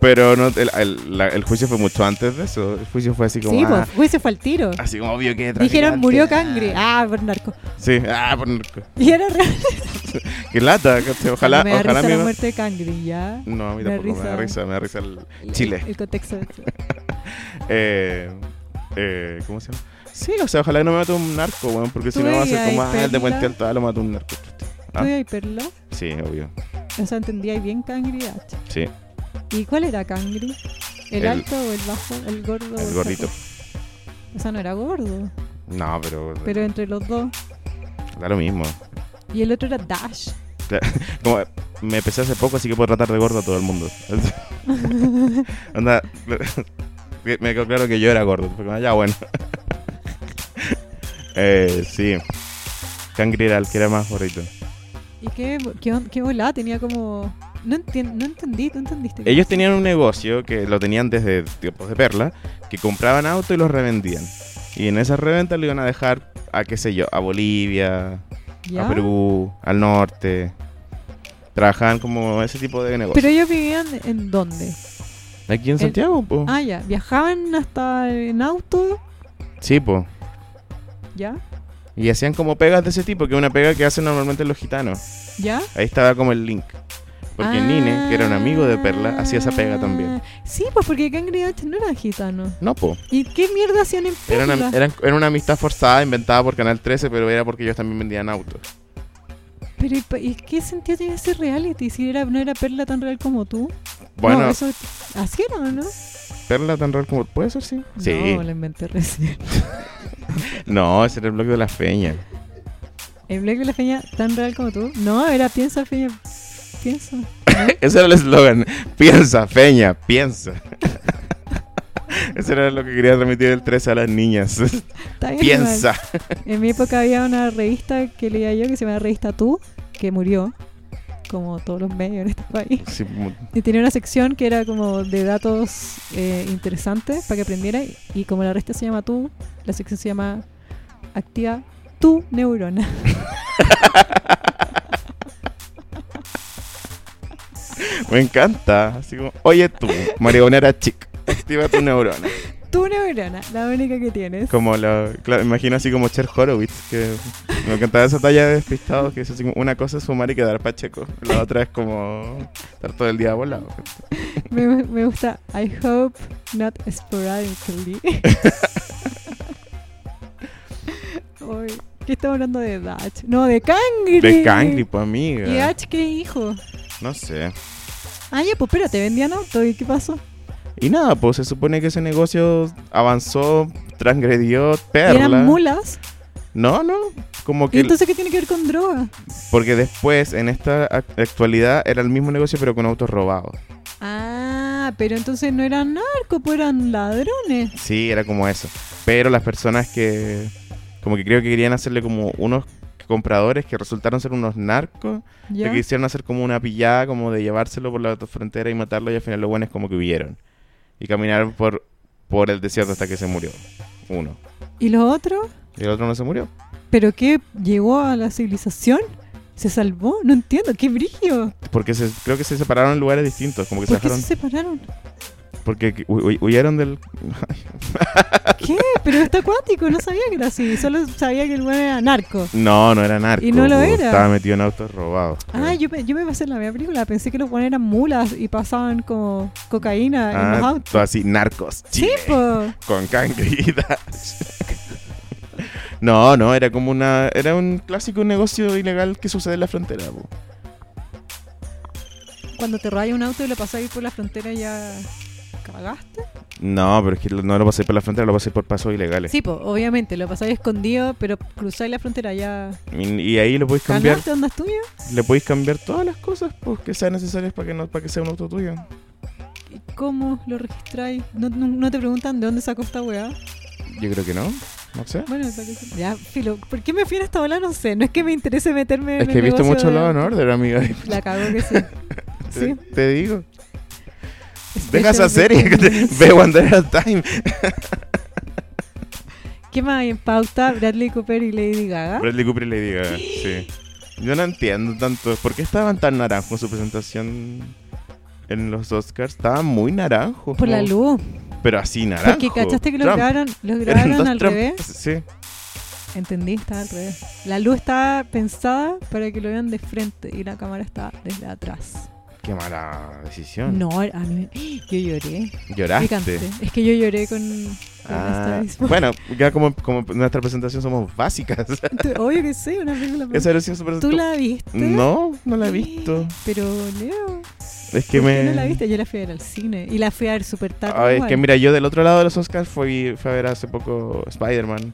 Speaker 2: Pero no, el, el- la- el juicio fue mucho antes de eso. El juicio fue así como.
Speaker 1: Sí,
Speaker 2: ah,
Speaker 1: pues juicio fue al tiro.
Speaker 2: Así como obvio que. traficante.
Speaker 1: Dijeron murió Cangre, ah, por narco.
Speaker 2: Sí, ah, por narco.
Speaker 1: Y era real.
Speaker 2: Que lata, ¿cachai? Ojalá,
Speaker 1: me da
Speaker 2: ojalá
Speaker 1: risa
Speaker 2: mi-
Speaker 1: la muerte de Cangre, ya.
Speaker 2: No, a mí
Speaker 1: Me da
Speaker 2: tampoco me da
Speaker 1: risa.
Speaker 2: risa, me da risa el.
Speaker 1: El-
Speaker 2: Chile. Ah.
Speaker 1: El contexto de eso.
Speaker 2: Eh, eh, ¿Cómo se llama? Sí, o sea, ojalá que no me mate un narco, weón, porque si
Speaker 1: ¿Tú
Speaker 2: no va a ser
Speaker 1: veías
Speaker 2: como, ah, el de
Speaker 1: película?
Speaker 2: Puente Alto, ah, lo mató un narco. Ah.
Speaker 1: ¿Tú y Perla?
Speaker 2: Sí, obvio.
Speaker 1: O sea, entendía bien Cangri ah, H.
Speaker 2: Sí,
Speaker 1: ¿Y cuál era Cangri? ¿El,
Speaker 2: El-
Speaker 1: alto o el bajo? ¿El gordo? o
Speaker 2: el gordito.
Speaker 1: flaco? O sea, no era gordo,
Speaker 2: No, pero,
Speaker 1: pero entre los dos.
Speaker 2: da lo mismo.
Speaker 1: Y el otro era Dash.
Speaker 2: Como, me empecé hace poco, así que puedo tratar de gordo a todo el mundo. Onda, me me quedó claro que yo era gordo. Fue como, ya bueno. eh, sí. Cangri era el que era más gordito.
Speaker 1: ¿Y qué, qué, on- qué volá? Tenía como... No, entien- no entendí, ¿tú entendiste?
Speaker 2: Ellos tenían un negocio que lo tenían desde tiempos de perla, que compraban autos y los revendían. Y en esas reventas lo iban a dejar a, qué sé yo, a Bolivia,
Speaker 1: ¿Ya?
Speaker 2: a Perú, al norte. Trabajaban como ese tipo de negocio.
Speaker 1: Pero ellos vivían en dónde?
Speaker 2: Aquí en
Speaker 1: el-
Speaker 2: Santiago, po.
Speaker 1: Ah, ya. Viajaban hasta en auto,
Speaker 2: Sí, po.
Speaker 1: ¿ya?
Speaker 2: Y hacían como pegas de ese tipo, que es una pega que hacen normalmente los gitanos.
Speaker 1: ¿Ya?
Speaker 2: Ahí estaba como el link. Porque Nine, que era un amigo de Perla, hacía esa pega también.
Speaker 1: Ah, Sí, pues porque Cangri H no eran gitanos.
Speaker 2: No, po.
Speaker 1: ¿Y qué mierda hacían en
Speaker 2: Era
Speaker 1: Perla?
Speaker 2: una, eran- era una amistad forzada inventada por Canal 13, pero era porque ellos también vendían autos.
Speaker 1: Pero ¿y pa- ¿y qué sentido tiene ese reality? Si era, no era Perla tan real como tú.
Speaker 2: Bueno,
Speaker 1: No, eso, ¿Así era o no?
Speaker 2: Perla tan real como. ¿Puede ser, sí? Sí.
Speaker 1: No, lo inventé recién.
Speaker 2: No, ese era el blog de la feña.
Speaker 1: ¿El Black de la Feña tan real como tú? No, era piensa, Feña. Piensa.
Speaker 2: Ese era el eslogan. Piensa, feña, piensa. Ese era lo que quería transmitir el 13 a las niñas.
Speaker 1: Está bien,
Speaker 2: piensa.
Speaker 1: igual. En mi época había una revista que leía yo que se llamaba Revista Tú, que murió, como todos los medios en este país.
Speaker 2: Sí, mu-
Speaker 1: Y tenía una sección que era como de datos eh, interesantes para que aprendiera. Y como la resta se llama tú, la sección se llama Activa tu neurona.
Speaker 2: me encanta. Así como, oye tú, marionera chic, activa tu neurona.
Speaker 1: Tu neurona, la única que tienes.
Speaker 2: Como la, claro, imagino así como Cher Horowitz, que me encantaba esa talla de despistados, que es así como, una cosa es fumar y quedar pacheco, la otra es como estar todo el día volado.
Speaker 1: Me, me gusta I hope not sporadically. Uy, ¿Qué estamos hablando de Dutch? No, de Cangri.
Speaker 2: De cangri, pues
Speaker 1: ¿Y
Speaker 2: amiga.
Speaker 1: Dutch qué hijo?
Speaker 2: No sé.
Speaker 1: Ah, ya, pues espérate, vendían auto. ¿Y qué pasó?
Speaker 2: Y nada, pues se supone que ese negocio avanzó, transgredió,
Speaker 1: ¿Y
Speaker 2: perla.
Speaker 1: eran mulas.
Speaker 2: No, no. Como
Speaker 1: ¿Y
Speaker 2: que.
Speaker 1: entonces qué tiene que ver con droga?
Speaker 2: Porque después, en esta ac- actualidad, era el mismo negocio, pero con autos robados.
Speaker 1: Ah, pero entonces no eran narcos, pues eran ladrones.
Speaker 2: Sí, era como eso. Pero las personas que. Como que creo que querían hacerle como unos compradores que resultaron ser unos narcos.
Speaker 1: ¿Ya?
Speaker 2: Que quisieron hacer como una pillada, como de llevárselo por la frontera y matarlo. Y al final, lo bueno es como que huyeron. Y caminaron por, por el desierto hasta que se murió. Uno.
Speaker 1: ¿Y los otros?
Speaker 2: Y el otro no se murió.
Speaker 1: ¿Pero qué? ¿Llegó a la civilización? ¿Se salvó? No entiendo, qué brillo.
Speaker 2: Porque se, creo que se separaron en lugares distintos. Como que se
Speaker 1: ¿Por qué se
Speaker 2: dejaron.
Speaker 1: separaron?
Speaker 2: Porque hu- hu- huyeron del.
Speaker 1: ¿Qué? Pero está acuático, no sabía que era así. Solo sabía que el weón era narco.
Speaker 2: No, no era narco.
Speaker 1: Y no lo
Speaker 2: po,
Speaker 1: era.
Speaker 2: Estaba metido en autos robados. creo.
Speaker 1: Ah, yo, pe- yo me pasé en la primera película. Pensé que los buenos eran mulas y pasaban como cocaína en los
Speaker 2: Ah,
Speaker 1: autos.
Speaker 2: todo así, narcos.
Speaker 1: Sí,
Speaker 2: Chile,
Speaker 1: po.
Speaker 2: Con canguidas. no, no, era como una. Era un clásico negocio ilegal que sucede en la frontera. po.
Speaker 1: Cuando te raya un auto y lo pasáis por la frontera ya cagaste.
Speaker 2: No, pero es que no lo pasé por la frontera, lo pasé por pasos ilegales.
Speaker 1: Sí, po, obviamente, lo pasáis escondido, pero cruzáis la frontera ya
Speaker 2: Y, y ahí lo podéis cambiar.
Speaker 1: ¿Ganaste onda tuya?
Speaker 2: Le podéis cambiar todas las cosas pues, que sean necesarias para que, no, para que sea un auto tuyo.
Speaker 1: ¿Y ¿Cómo lo registráis? ¿No, no, no te preguntan de dónde sacó esta weá?
Speaker 2: Yo creo que no. No sé.
Speaker 1: Bueno, esa cosa- ya, filo. ¿Por qué me fui en esta bola? No sé. No es que me interese meterme en
Speaker 2: Es
Speaker 1: el
Speaker 2: que he visto
Speaker 1: negocio
Speaker 2: mucho
Speaker 1: de-
Speaker 2: Law and Order, amiga.
Speaker 1: La cago que sí. sí.
Speaker 2: Te- te digo. Deja esa
Speaker 1: Special
Speaker 2: serie que te
Speaker 1: Victims.
Speaker 2: ve Wonder at Time.
Speaker 1: ¿Qué más hay en pauta? Bradley Cooper y Lady Gaga.
Speaker 2: Bradley Cooper y Lady Gaga, sí. Yo no entiendo tanto. ¿Por qué estaban tan naranjos en su presentación en los Oscars? Estaban muy naranjos.
Speaker 1: Por la
Speaker 2: ¿no?
Speaker 1: luz.
Speaker 2: Pero así naranjo.
Speaker 1: Porque cachaste que lo
Speaker 2: Trump.
Speaker 1: grabaron, lo
Speaker 2: Eran
Speaker 1: grabaron
Speaker 2: dos
Speaker 1: al
Speaker 2: Trump.
Speaker 1: revés.
Speaker 2: Sí.
Speaker 1: Entendí, estaba al revés. La luz estaba pensada para que lo vean de frente y la cámara estaba desde atrás.
Speaker 2: Qué mala decisión.
Speaker 1: No, a mí, ¡Ah! yo lloré. Me
Speaker 2: Lloraste.
Speaker 1: cansé. Es que yo lloré con, con
Speaker 2: Ah,
Speaker 1: Star is Born.
Speaker 2: bueno, ya como, como nuestra presentación somos básicas.
Speaker 1: Obvio que sí, una película.
Speaker 2: Esa versión se presentó.
Speaker 1: ¿Tú la viste?
Speaker 2: No, no la he visto.
Speaker 1: Pero, Leo,
Speaker 2: Es que
Speaker 1: ¿por qué
Speaker 2: me.
Speaker 1: no la viste? Yo la fui a ver al cine y la fui a ver súper tarde.
Speaker 2: Ay, es
Speaker 1: igual.
Speaker 2: que mira, yo del otro lado de los Oscars fui, fui a ver hace poco Spider-Man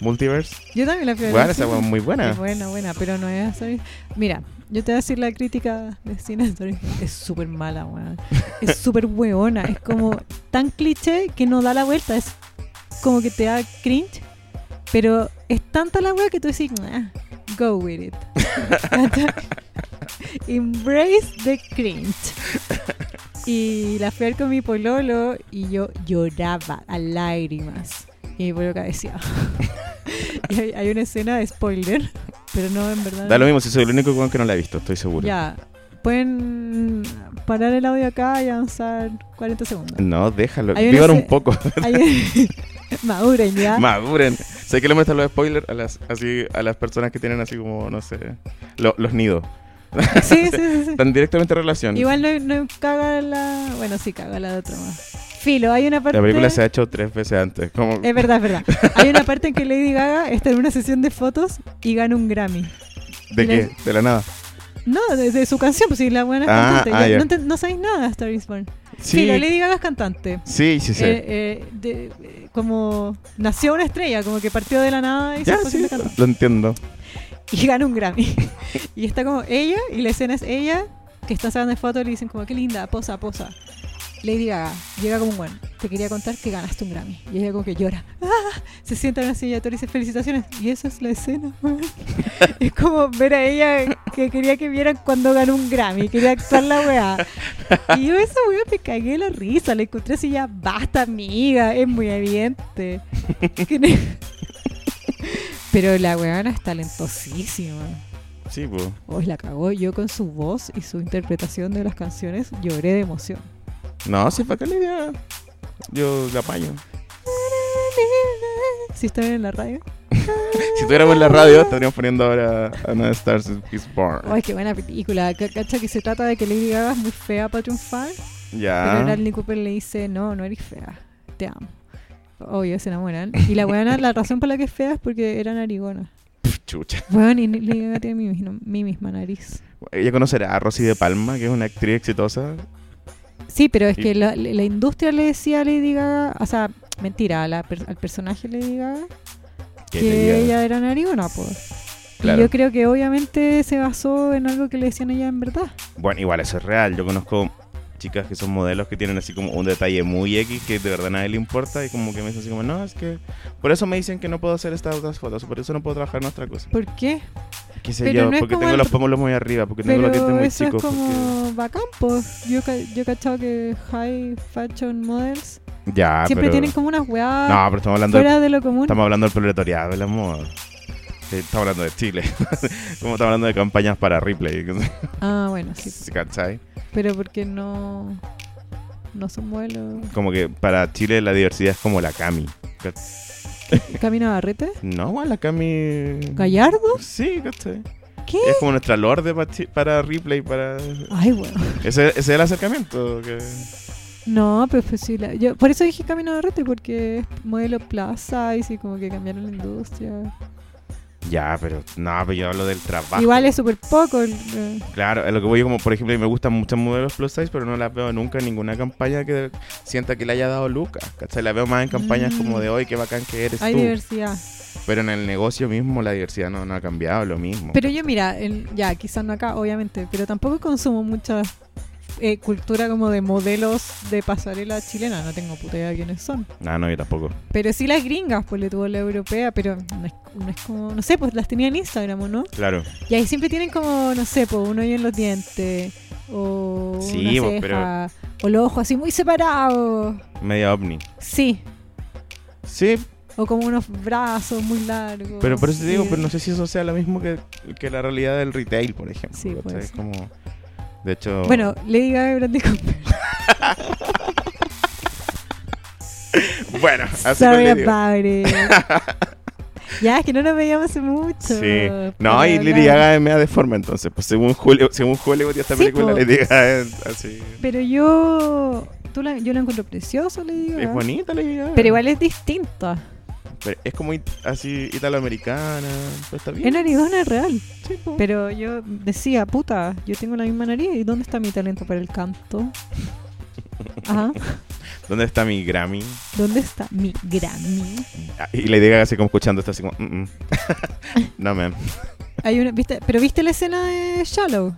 Speaker 2: Multiverse.
Speaker 1: Yo también la fui a ver
Speaker 2: Bueno,
Speaker 1: al
Speaker 2: esa
Speaker 1: cine.
Speaker 2: weá es muy buena.
Speaker 1: Es buena, buena, pero no es Star is- Mira, yo te voy a decir la crítica de Cine Story. Es súper mala, weón. Es súper weona. Es como tan cliché que no da la vuelta. Es como que te da cringe. Pero es tanta la weá que tú decís, "Nah, go with it. Embrace the cringe. Y la fui a ver con mi pololo y yo lloraba a lágrimas. Y mi pololo cabeceaba. y hay, hay una escena de spoiler, pero no, en verdad.
Speaker 2: Da lo mismo si soy el único weón que no la he visto, estoy seguro.
Speaker 1: Ya, pueden parar el audio acá y avanzar 40 segundos.
Speaker 2: No, déjalo.
Speaker 1: Hay una
Speaker 2: Vivan un
Speaker 1: se- ¿Ah?
Speaker 2: poco.
Speaker 1: Ahí- Maduren ya.
Speaker 2: Maduren. Sé que le molestan los spoilers a las, así, a las personas que tienen así como, no sé, lo- los nidos.
Speaker 1: sí, sí, sí, sí.
Speaker 2: Están directamente relacionados.
Speaker 1: Igual no, no caga la. Bueno, sí, caga la de otro más. Filo, hay una parte.
Speaker 2: La película se ha hecho tres veces antes. Como...
Speaker 1: Es verdad, es verdad. Hay una parte en que Lady Gaga está en una sesión de fotos y gana un Grammy.
Speaker 2: ¿De
Speaker 1: la-
Speaker 2: qué? De la nada.
Speaker 1: No, de, de su canción, pues si la buena es
Speaker 2: Ah,
Speaker 1: cantante.
Speaker 2: ah,
Speaker 1: Ya,
Speaker 2: ya.
Speaker 1: No, te- no sabéis nada de Star is Born.
Speaker 2: Sí,
Speaker 1: Filo, Lady Gaga es cantante.
Speaker 2: sí, sí. sí.
Speaker 1: Eh, eh, de- eh, como nació una estrella, como que partió de la nada y
Speaker 2: ya,
Speaker 1: se puso
Speaker 2: sí,
Speaker 1: a cantar.
Speaker 2: lo entiendo.
Speaker 1: Y gana un Grammy. y está como ella, y la escena es ella, que está sacando fotos y le dicen como, qué linda, posa, posa. Lady Gaga llega como un buen, te quería contar que ganaste un Grammy. Y ella como que llora. ¡Ah! Se sienta en una silla de y dice, felicitaciones. Y esa es la escena. weón. es como ver a ella que quería que vieran cuando ganó un Grammy, quería actuar la weá. Y yo esa weá me cagué la risa, la encontré así ya, basta amiga, es muy evidente. Que no- Pero la weona es talentosísima.
Speaker 2: Sí, pues.
Speaker 1: Hoy Oh, la cagó. Yo con su voz y su interpretación de las canciones lloré de emoción.
Speaker 2: No, sí, bacán la idea. Yo la apaño.
Speaker 1: Si están en la radio.
Speaker 2: Si tuviéramos la radio, estaríamos poniendo ahora Another Stars is Born.
Speaker 1: Ay, qué buena película. C- Cacha que se trata de que Lady Gaga es muy fea para triunfar. Pero
Speaker 2: ya.
Speaker 1: Bradley Cooper le dice, no, no eres fea. Te amo. Obvio, se enamoran. Y la weona, la razón por la que es fea es porque era narigona.
Speaker 2: Pf, Chucha.
Speaker 1: Bueno, y Lady Gaga tiene mi, misma- mi misma nariz.
Speaker 2: Ella conocerá a Rosy de Palma, que es una actriz exitosa.
Speaker 1: Sí, pero es
Speaker 2: Y-
Speaker 1: que la, la industria le decía a Lady Gaga, o sea, mentira, a la per- al personaje Lady Gaga,
Speaker 2: Que
Speaker 1: que,
Speaker 2: le diga-
Speaker 1: ella era narigona, pues.
Speaker 2: Claro.
Speaker 1: Y yo creo que obviamente se basó en algo que le decían a ella en verdad.
Speaker 2: Bueno, igual eso es real. Yo conozco chicas que son modelos que tienen así como un detalle muy X que de verdad a nadie le importa y como que me dicen así como, no, es que por eso me dicen que no puedo hacer estas otras fotos, por eso no puedo trabajar en otra cosa.
Speaker 1: ¿Por qué?
Speaker 2: Qué sé
Speaker 1: Pero
Speaker 2: yo,
Speaker 1: no es
Speaker 2: porque
Speaker 1: como
Speaker 2: tengo
Speaker 1: el-
Speaker 2: los pómulos muy arriba, porque tengo
Speaker 1: Pero
Speaker 2: los dientes muy
Speaker 1: eso
Speaker 2: chicos.
Speaker 1: es como bacán, pues. Yo, ca- yo he cachado que high fashion models
Speaker 2: porque- Ya,
Speaker 1: siempre
Speaker 2: Ah, pero...
Speaker 1: tienen como unas weadas
Speaker 2: No, pero estamos hablando,
Speaker 1: fuera de lo común.
Speaker 2: estamos hablando del proletariado del amor. Eh, Estamos hablando de Chile. como estamos hablando de campañas para Ripley.
Speaker 1: Ah, bueno, sí.
Speaker 2: ¿Cachai?
Speaker 1: Pero porque no, no son modelos.
Speaker 2: Como que para Chile la diversidad es como la Cami. ¿cachai?
Speaker 1: Camina Barrete,
Speaker 2: No, bueno, la Cami...
Speaker 1: Gallardo,
Speaker 2: Sí, ¿cachai?
Speaker 1: ¿qué?
Speaker 2: Es como nuestra lorde pa- chi- para Ripley, para...
Speaker 1: Ay, weón.
Speaker 2: Ese, ese es el acercamiento. que-
Speaker 1: No, pero pues sí, la- yo, por eso dije Camino Barrete, porque es modelo plaza y sí, como que cambiaron la industria.
Speaker 2: Ya, pero... No, pero yo hablo del trabajo.
Speaker 1: Igual es súper poco. el- eh,
Speaker 2: Claro, a lo que voy yo como, por ejemplo, me gustan muchos modelos plus size, pero no las veo nunca en ninguna campaña que sienta que le haya dado lucas. ¿Cachai? La veo más en campañas
Speaker 1: Mm.
Speaker 2: como de hoy, qué bacán que eres
Speaker 1: Hay
Speaker 2: tú.
Speaker 1: diversidad.
Speaker 2: Pero en el negocio mismo la diversidad no, no ha cambiado, lo mismo.
Speaker 1: Pero yo, mira, el- ya, quizás no acá, obviamente, pero tampoco consumo mucha eh, cultura como de modelos de pasarela chilena. No tengo puta idea de quiénes son.
Speaker 2: Ah, no, yo tampoco.
Speaker 1: Pero sí las gringas, pues le tuvo la europea, pero no es, no es como, no sé, pues las tenía en Instagram, ¿o ¿no?
Speaker 2: Claro.
Speaker 1: Y ahí siempre tienen como, no sé, pues un hoyo en los dientes, o
Speaker 2: Sí,
Speaker 1: una
Speaker 2: pues, pero-
Speaker 1: ceja, o los ojos así muy separados.
Speaker 2: Media ovni.
Speaker 1: Sí,
Speaker 2: Sí,
Speaker 1: o como unos brazos muy largos.
Speaker 2: pero por eso te digo,
Speaker 1: Y-
Speaker 2: pero no sé si eso sea lo mismo que, que la realidad del retail, por ejemplo.
Speaker 1: Sí, puede
Speaker 2: ¿cachai?
Speaker 1: ser.
Speaker 2: como... De hecho...
Speaker 1: Bueno, Lady Gaga y Bradley Cooper.
Speaker 2: Bueno, así
Speaker 1: Sorry
Speaker 2: Ah, lo digo.
Speaker 1: about it. Ya, es que no nos veíamos hace mucho.
Speaker 2: Sí. No,
Speaker 1: para
Speaker 2: y Lady
Speaker 1: hablar.
Speaker 2: Gaga es media deforme entonces. Pues según Julio, según Hollywood y esta
Speaker 1: Sí,
Speaker 2: película,
Speaker 1: po.
Speaker 2: Lady Gaga es así.
Speaker 1: Pero yo. Tú la, yo la encuentro preciosa, le digo.
Speaker 2: Es bonita Lady Gaga.
Speaker 1: Pero igual es distinta.
Speaker 2: Pero es como it- así italoamericana. Pues está
Speaker 1: Es
Speaker 2: bien.
Speaker 1: narigona es real.
Speaker 2: Sí, po.
Speaker 1: Pero yo decía, puta, yo tengo la misma nariz. ¿Y dónde está mi talento para el canto? Ajá.
Speaker 2: ¿Dónde está mi Grammy?
Speaker 1: ¿Dónde está mi Grammy?
Speaker 2: Ah, Y Lady Gaga así como escuchando esto así como... "Mm, mm". no, man.
Speaker 1: Hay una, ¿viste? ¿Pero viste la escena de Shallow?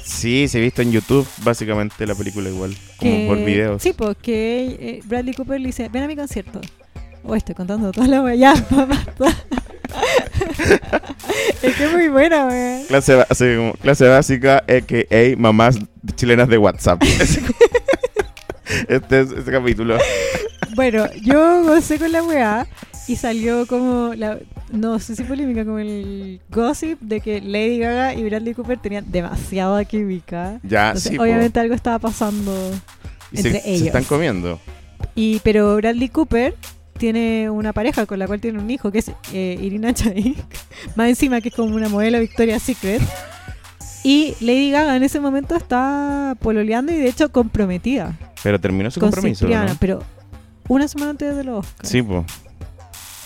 Speaker 2: Sí, se ha visto en YouTube básicamente la película igual. Como
Speaker 1: Que-
Speaker 2: por videos.
Speaker 1: Sí, porque eh, Bradley Cooper le dice, ven a mi concierto. Oh, estoy contando toda la wea. Ya, papá. es que es muy buena, wea.
Speaker 2: Clase, ba- así como, clase básica, a.k.a. mamás chilenas de WhatsApp. Así como- este es este capítulo.
Speaker 1: Bueno, yo gocé con la weá y salió como la no sé si polémica como el gossip de que Lady Gaga y Bradley Cooper tenían demasiada química.
Speaker 2: Ya,
Speaker 1: Entonces,
Speaker 2: Ah, sí, po.
Speaker 1: obviamente algo estaba pasando.
Speaker 2: Y se,
Speaker 1: entre
Speaker 2: se
Speaker 1: ellos.
Speaker 2: están comiendo.
Speaker 1: Y pero Bradley Cooper tiene una pareja con la cual tiene un hijo que es eh, Irina Chaik, más encima que es como una modelo Victoria's Secret. Y Lady Gaga en ese momento está pololeando y de hecho comprometida
Speaker 2: Pero terminó su
Speaker 1: con
Speaker 2: compromiso, ¿no?
Speaker 1: Cipriano, pero una semana antes de los Oscars.
Speaker 2: Sí, po.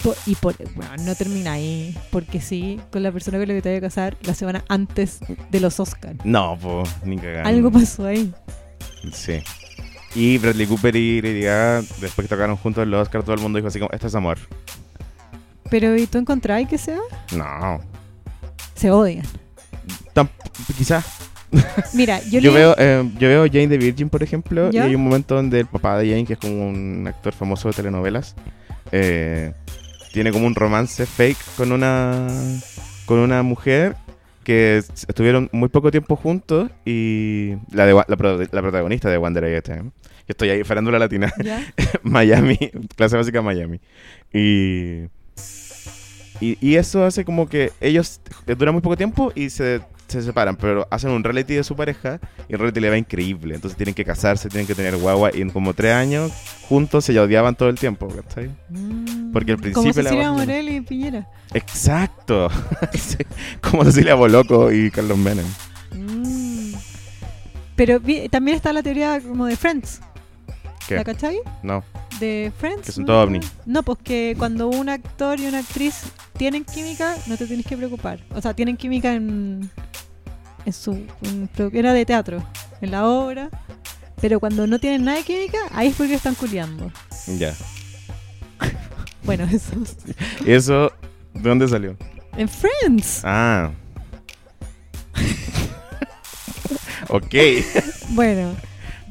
Speaker 1: Por- y por, bueno, no termina ahí, porque sí, con la persona con la que te voy a casar la semana antes de los Oscars.
Speaker 2: No, po. Ni cagando.
Speaker 1: Algo pasó ahí.
Speaker 2: Sí. Y Bradley Cooper y Lady Gaga, después que tocaron juntos en los Oscar, todo el mundo dijo así como, este es amor.
Speaker 1: Pero ¿y tú encontrás que sea?
Speaker 2: No.
Speaker 1: Se odian.
Speaker 2: Tamp- quizás.
Speaker 1: Mira, yo,
Speaker 2: Yo,
Speaker 1: leí-
Speaker 2: veo, eh, yo veo Jane the Virgin, por ejemplo,
Speaker 1: ¿Ya?
Speaker 2: y hay un momento donde el papá de Jane, que es como un actor famoso de telenovelas, eh, tiene como un romance fake con una, con una mujer que s- estuvieron muy poco tiempo juntos y la, de, Wa- la, pro- la protagonista de Wonder Egg Time. Yo estoy ahí, farándula latina.
Speaker 1: ¿ya?
Speaker 2: Miami, clase básica Miami. Y, y, y eso hace como que ellos eh, duran muy poco tiempo y se, se separan, pero hacen un reality de su pareja y el reality le va increíble. Entonces tienen que casarse, tienen que tener guagua y en como tres años juntos se ya odiaban todo el tiempo, ¿cachai?
Speaker 1: Mm,
Speaker 2: Porque al
Speaker 1: Como
Speaker 2: principio la
Speaker 1: Cecilia
Speaker 2: voz-
Speaker 1: Morel y Piñera.
Speaker 2: Exacto. Sí, como Cecilia Boloco y Carlos Menem.
Speaker 1: Mm. Pero vi- también está la teoría como de Friends.
Speaker 2: ¿Qué?
Speaker 1: ¿La cachai?
Speaker 2: No.
Speaker 1: De Friends.
Speaker 2: Que son
Speaker 1: ¿no?
Speaker 2: todos ovnis.
Speaker 1: No, pues que cuando un actor y una actriz tienen química, no te tienes que preocupar. O sea, tienen química en, en su. en pro- era de teatro, en la obra. Pero cuando no tienen nada de química, ahí es porque están culiando.
Speaker 2: Ya.
Speaker 1: Bueno, eso. es-
Speaker 2: ¿Y eso de dónde salió?
Speaker 1: En Friends.
Speaker 2: Ah. ok.
Speaker 1: Bueno.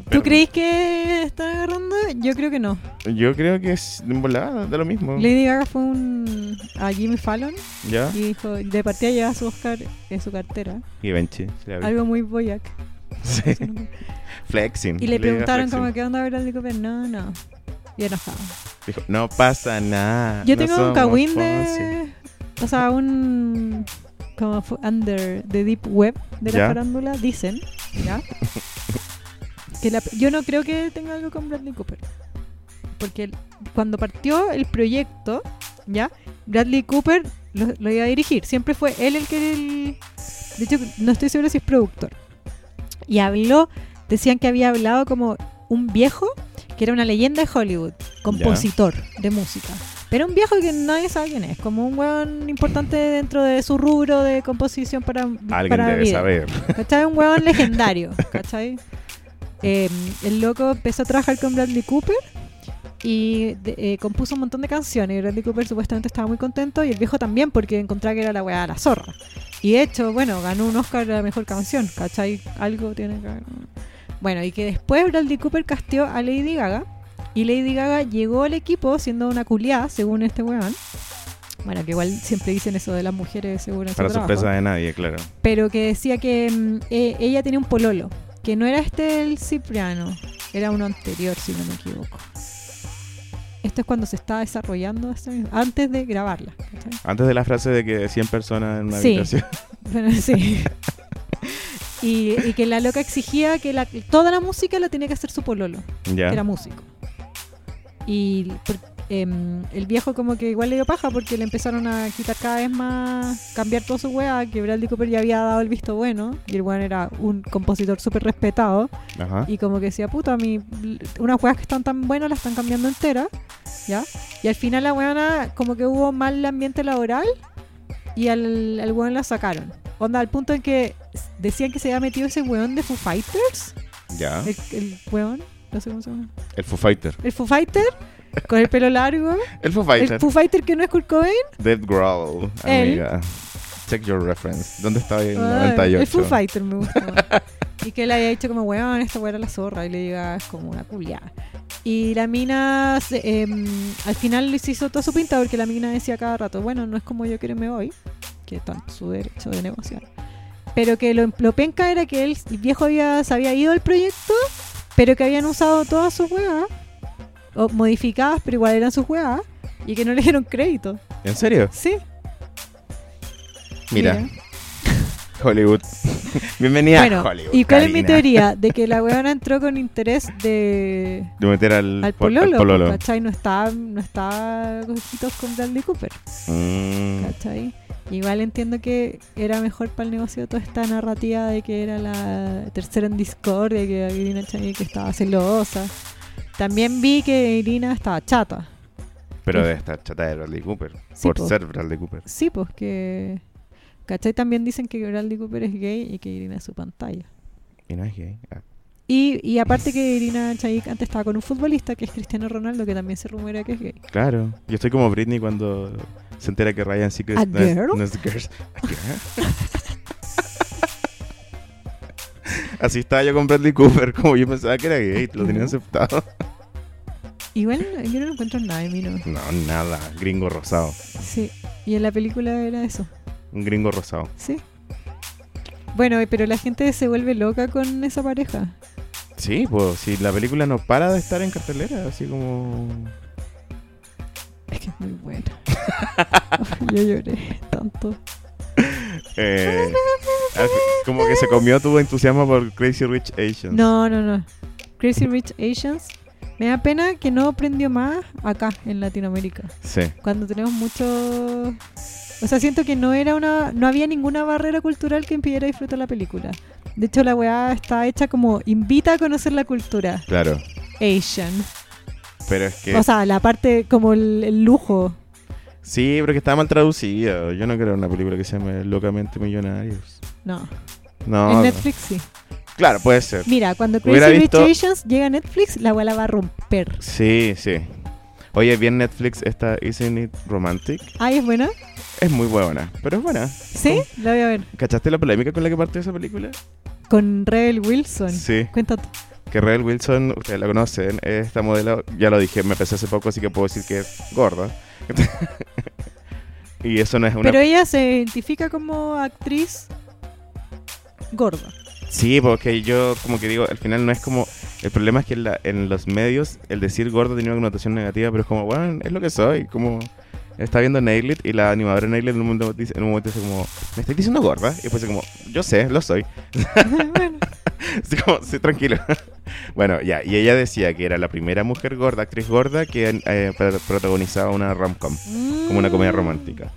Speaker 1: ¿Tú
Speaker 2: Pero-
Speaker 1: crees que están agarrando? Yo creo que no.
Speaker 2: Yo creo que es de volada, da lo mismo.
Speaker 1: Lady Gaga fue un, a Jimmy Fallon
Speaker 2: ¿Ya?
Speaker 1: y dijo, de partida lleva su Oscar en su cartera.
Speaker 2: Y Benchi. se la vi.
Speaker 1: Algo muy boyac.
Speaker 2: Sí. Flexing.
Speaker 1: Y le
Speaker 2: diga
Speaker 1: preguntaron
Speaker 2: flexing.
Speaker 1: como qué onda Bradley Cooper, no, no. Y enojado.
Speaker 2: Dijo, no pasa nada.
Speaker 1: Yo
Speaker 2: Ah, no
Speaker 1: tengo un
Speaker 2: somos
Speaker 1: kawin
Speaker 2: Fonsi".
Speaker 1: de o sea, un como fu- under the deep web de la
Speaker 2: Ya.
Speaker 1: farándula dicen, ¿ya? que la- yo no creo que tenga algo con Bradley Cooper. Porque el- cuando partió el proyecto, ¿ya? Bradley Cooper lo, lo iba a dirigir, siempre fue él el que el- de hecho no estoy seguro si es productor. Y habló, decían que había hablado como un viejo que era una leyenda de Hollywood, compositor de música. Pero un viejo que nadie sabe quién es, como un weón importante dentro de su rubro de composición para,
Speaker 2: Alguien
Speaker 1: para
Speaker 2: debe
Speaker 1: video,
Speaker 2: saber.
Speaker 1: ¿Cachai? Un weón legendario, ¿cachai? Eh, el loco empezó a trabajar con Bradley Cooper y de- eh, compuso un montón de canciones. Y Bradley Cooper supuestamente estaba muy contento y el viejo también porque encontraba que era la weá de la zorra. Y de hecho, bueno, ganó un Oscar a la mejor canción, ¿cachai? Algo tiene que ver. Bueno, y que después Bradley Cooper casteó a Lady Gaga. Y Lady Gaga llegó al equipo siendo una culiada, según este weón. Bueno, que igual siempre dicen eso de las mujeres, según en su
Speaker 2: Para
Speaker 1: trabajo
Speaker 2: sorpresa de nadie, claro.
Speaker 1: pero que decía que mm, eh, ella tenía un pololo, que no era este el Cipriano, era uno anterior, si no me equivoco. Esto es cuando se está desarrollando, este- antes de grabarla. ¿cachai?
Speaker 2: Antes de la frase de que 100 personas en una
Speaker 1: Sí.
Speaker 2: habitación.
Speaker 1: Bueno, sí. y, y que la loca exigía que la- toda la música la tenía que hacer su pololo, que
Speaker 2: ya.
Speaker 1: era músico. Y por- em, el viejo como que igual le dio paja porque le empezaron a quitar cada vez más, cambiar toda su wea, que Bradley Cooper ya había dado el visto bueno, y el weón era un compositor súper respetado,
Speaker 2: Ajá.
Speaker 1: y como que decía, puta, mi, unas weas que están tan buenas las están cambiando entera, ¿ya? Y al final la weona, como que hubo mal ambiente laboral, y al, al weón la sacaron. Onda, al punto en que decían que se había metido ese weón de Foo Fighters,
Speaker 2: Ya.
Speaker 1: el, el weón, no sé cómo se llama.
Speaker 2: El Foo Fighter.
Speaker 1: El Foo Fighter con el pelo largo.
Speaker 2: El Foo
Speaker 1: El
Speaker 2: Fighter.
Speaker 1: Foo Fighter que no es Kurt Cobain.
Speaker 2: Dead Growl,
Speaker 1: El-
Speaker 2: amiga. Check your reference. ¿Dónde estaba en
Speaker 1: Ah,
Speaker 2: 98?
Speaker 1: el Foo Fighter me gusta. y que le haya dicho como, weón, esta weá era la zorra. Y le diga, es como una culiada. Y la mina, se- em, al final les hizo toda su pinta porque la mina decía cada rato, bueno, no es como yo quiero y me voy. Que está en su derecho de negociar. Pero que lo, lo penca era que él, el viejo había, se había ido al proyecto, pero que habían usado todas sus weas. O modificadas, pero igual eran sus weas. Y que no le dieron crédito.
Speaker 2: ¿En serio?
Speaker 1: Sí.
Speaker 2: Mira, Hollywood. Bienvenida
Speaker 1: bueno,
Speaker 2: a Hollywood.
Speaker 1: ¿y cuál es mi
Speaker 2: Karina.
Speaker 1: teoría? De que la weona entró con interés de
Speaker 2: De meter al,
Speaker 1: al
Speaker 2: po- al
Speaker 1: pololo, ¿cachai? No está, no está cojitos con Bradley Cooper,
Speaker 2: Mm,
Speaker 1: ¿cachai? Igual entiendo que era mejor para el negocio toda esta narrativa de que era la tercera en discordia, que había una chaya que estaba celosa. También vi que Irina estaba chata.
Speaker 2: pero de esta chata de Bradley Cooper.
Speaker 1: Sí,
Speaker 2: por
Speaker 1: po.
Speaker 2: ser Bradley Cooper.
Speaker 1: Sí, pues que... ¿Cachai? También dicen que Bradley Cooper es gay y que Irina es su pantalla.
Speaker 2: Y no es gay. Ah,
Speaker 1: Y, y aparte que Irina Chaik antes estaba con un futbolista que es Cristiano Ronaldo, que también se rumora que es gay.
Speaker 2: claro. Yo estoy como Britney cuando se entera que Ryan sí que
Speaker 1: ¿A
Speaker 2: no, es,
Speaker 1: girl?
Speaker 2: no es girl. ¿A girl? Así estaba yo con Bradley Cooper, como yo pensaba que era gay, lo tenían
Speaker 1: No.
Speaker 2: aceptado.
Speaker 1: Igual yo no lo encuentro en nada de mí, ¿no?
Speaker 2: No, nada, gringo rosado.
Speaker 1: Sí. Y en la película era eso,
Speaker 2: Un gringo rosado.
Speaker 1: sí. Bueno, pero la gente se vuelve loca con esa pareja.
Speaker 2: Sí, pues si la película no para de estar en cartelera, así como...
Speaker 1: Es que es muy buena. yo lloré tanto.
Speaker 2: eh, al- como que se comió tu entusiasmo por Crazy Rich Asians.
Speaker 1: No, no, no. Crazy Rich Asians. Me da pena que no prendió más acá, en Latinoamérica.
Speaker 2: Sí.
Speaker 1: cuando tenemos mucho o sea siento que no era una no había ninguna barrera cultural que impidiera disfrutar la película de hecho la weá está hecha como invita a conocer la cultura
Speaker 2: Claro.
Speaker 1: Asian
Speaker 2: Pero es que...
Speaker 1: o sea la parte como el, el lujo
Speaker 2: sí, pero que está mal traducido. Yo no creo en una película que se llame Locamente Millonarios.
Speaker 1: no
Speaker 2: No.
Speaker 1: en
Speaker 2: Ah, no.
Speaker 1: Netflix sí
Speaker 2: Claro, puede ser.
Speaker 1: mira cuando
Speaker 2: Hubiera
Speaker 1: Crazy Rich
Speaker 2: visto-
Speaker 1: Asians llega a Netflix la weá la va a romper
Speaker 2: Sí, sí. Oye, bien Netflix esta Isn't It Romantic.
Speaker 1: ay Ah, es buena
Speaker 2: Es muy buena, pero es buena.
Speaker 1: sí la voy a ver
Speaker 2: ¿Cachaste la polémica con la que partió esa película?
Speaker 1: con Rebel Wilson
Speaker 2: Sí.
Speaker 1: cuenta tú.
Speaker 2: Que Rebel Wilson, ustedes la conocen, es esta modelo, ya lo dije, me pesé hace poco, así que puedo decir que es gorda. y eso no es una...
Speaker 1: pero ella se identifica como actriz gorda
Speaker 2: Sí, porque yo como que digo, al final no es como... El problema es que en, la- en los medios el decir gordo tiene una connotación negativa, pero es como, bueno, es lo que soy, como... Está viendo Nailed y la animadora Nailed en un momento dice, en un momento dice como, ¿me estáis diciendo gorda? Y después dice como, yo sé, lo soy.
Speaker 1: bueno
Speaker 2: Así como, sí, tranquilo. bueno, ya, y ella decía que era la primera mujer gorda, actriz gorda, que eh, pro- protagonizaba una rom-com. como una comedia
Speaker 1: Mm.
Speaker 2: romántica.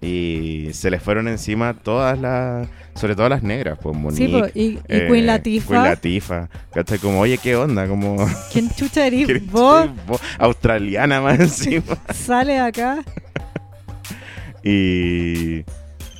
Speaker 2: Y se les fueron encima todas las, sobre todo las negras, pues Monique.
Speaker 1: Sí, po, y, y
Speaker 2: eh,
Speaker 1: Queen Latifah.
Speaker 2: Queen Latifah. ¿Cachai? Como, oye, ¿qué onda? Como,
Speaker 1: ¿Quién chucha eres
Speaker 2: ¿quieres
Speaker 1: vos?
Speaker 2: ser vos? Australiana más encima.
Speaker 1: Sale de acá.
Speaker 2: Y...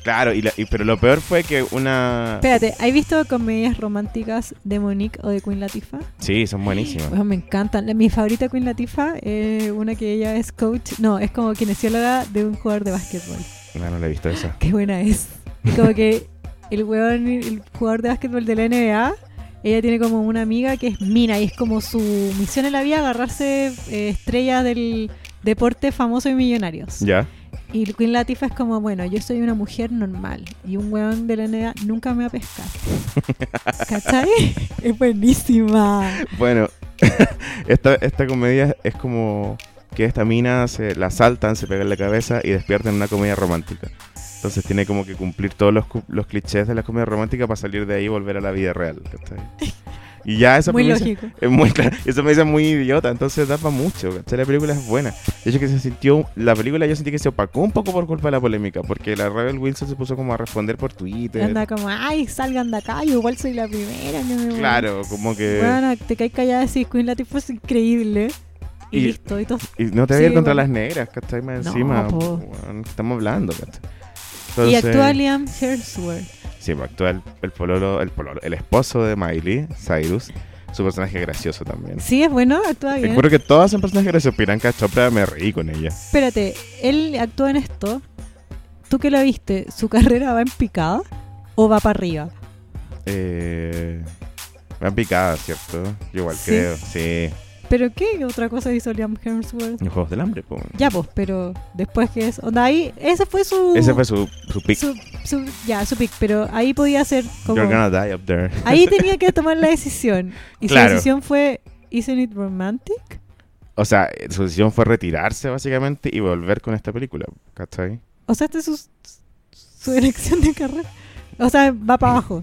Speaker 2: Claro, y la- y- pero lo peor fue que una...
Speaker 1: Espérate, ¿has visto comedias románticas de Monique o de Queen Latifah?
Speaker 2: Sí, son buenísimas.
Speaker 1: Bueno, me encantan. La- Mi favorita Queen Latifah es una que ella es coach. No, es como kinesióloga de un jugador de básquetbol.
Speaker 2: No, no la he visto esa.
Speaker 1: Qué buena es. Y como que el weón, el jugador de básquetbol de la NBA, ella tiene como una amiga que es Mina y es como su misión en la vida agarrarse eh, estrellas del deporte famoso y millonarios.
Speaker 2: ¿Ya?
Speaker 1: Y Queen Latifah es como, bueno, yo soy una mujer normal y un weón de la NBA nunca me va a pescar. ¿Cachai? Es buenísima.
Speaker 2: Bueno, esta, esta comedia es como que esta mina se la saltan, se pega en la cabeza y despierta en una comedia romántica. Entonces tiene como que cumplir todos los, cu- los clichés de la comedia romántica para salir de ahí y volver a la vida real. ¿cachai? Y ya esa
Speaker 1: Muy
Speaker 2: premisa
Speaker 1: lógico.
Speaker 2: es muy claro, esa premisa es muy idiota, entonces da para mucho, ¿cachai? La película es buena. De hecho que se sintió, la película yo sentí que se opacó un poco por culpa de la polémica, porque la Rebel Wilson se puso como a responder por Twitter.
Speaker 1: Anda como, ay, salgan de acá, yo igual soy la primera. No me
Speaker 2: Claro, como que...
Speaker 1: Bueno, te caes callada y decís, Queen Latifah es increíble. Y,
Speaker 2: Y-
Speaker 1: listo, y todo.
Speaker 2: Y no te voy a ir
Speaker 1: Sí,
Speaker 2: contra
Speaker 1: bueno.
Speaker 2: las negras, ¿cachai? Más
Speaker 1: No,
Speaker 2: encima,
Speaker 1: po.
Speaker 2: weón, estamos hablando, ¿cachai?
Speaker 1: Y
Speaker 2: Entonces-
Speaker 1: actúa Liam Hemsworth.
Speaker 2: Sí, pues, actúa el, el pololo, el pololo, el esposo de Miley, Cyrus, su personaje gracioso también.
Speaker 1: Sí, es bueno, actúa bien.
Speaker 2: Recuerdo que todas son personajes graciosos, Piranca Chopra me reí con ella.
Speaker 1: Espérate, él actúa en esto. ¿Tú que lo viste? ¿Su carrera va en picada o va para arriba?
Speaker 2: Eh, me han picado, ¿cierto? Yo igual
Speaker 1: Sí.
Speaker 2: creo, sí.
Speaker 1: ¿Pero qué otra cosa hizo Liam Hemsworth?
Speaker 2: Los Juegos del Hambre, pues.
Speaker 1: Ya, pues, pero después que es. Onda, ahí. Ese fue su.
Speaker 2: Ese fue su, su pick.
Speaker 1: su, su- Ya, su pick. Pero ahí podía ser como.
Speaker 2: You're gonna die up there.
Speaker 1: Ahí tenía que tomar la decisión. Y
Speaker 2: Claro.
Speaker 1: su decisión fue. ¿Isn't it romantic?
Speaker 2: O sea, eh, su decisión fue retirarse, básicamente, y volver con esta película, ¿cachai?
Speaker 1: O sea, esta es su, su elección de carrera. O sea, va para abajo.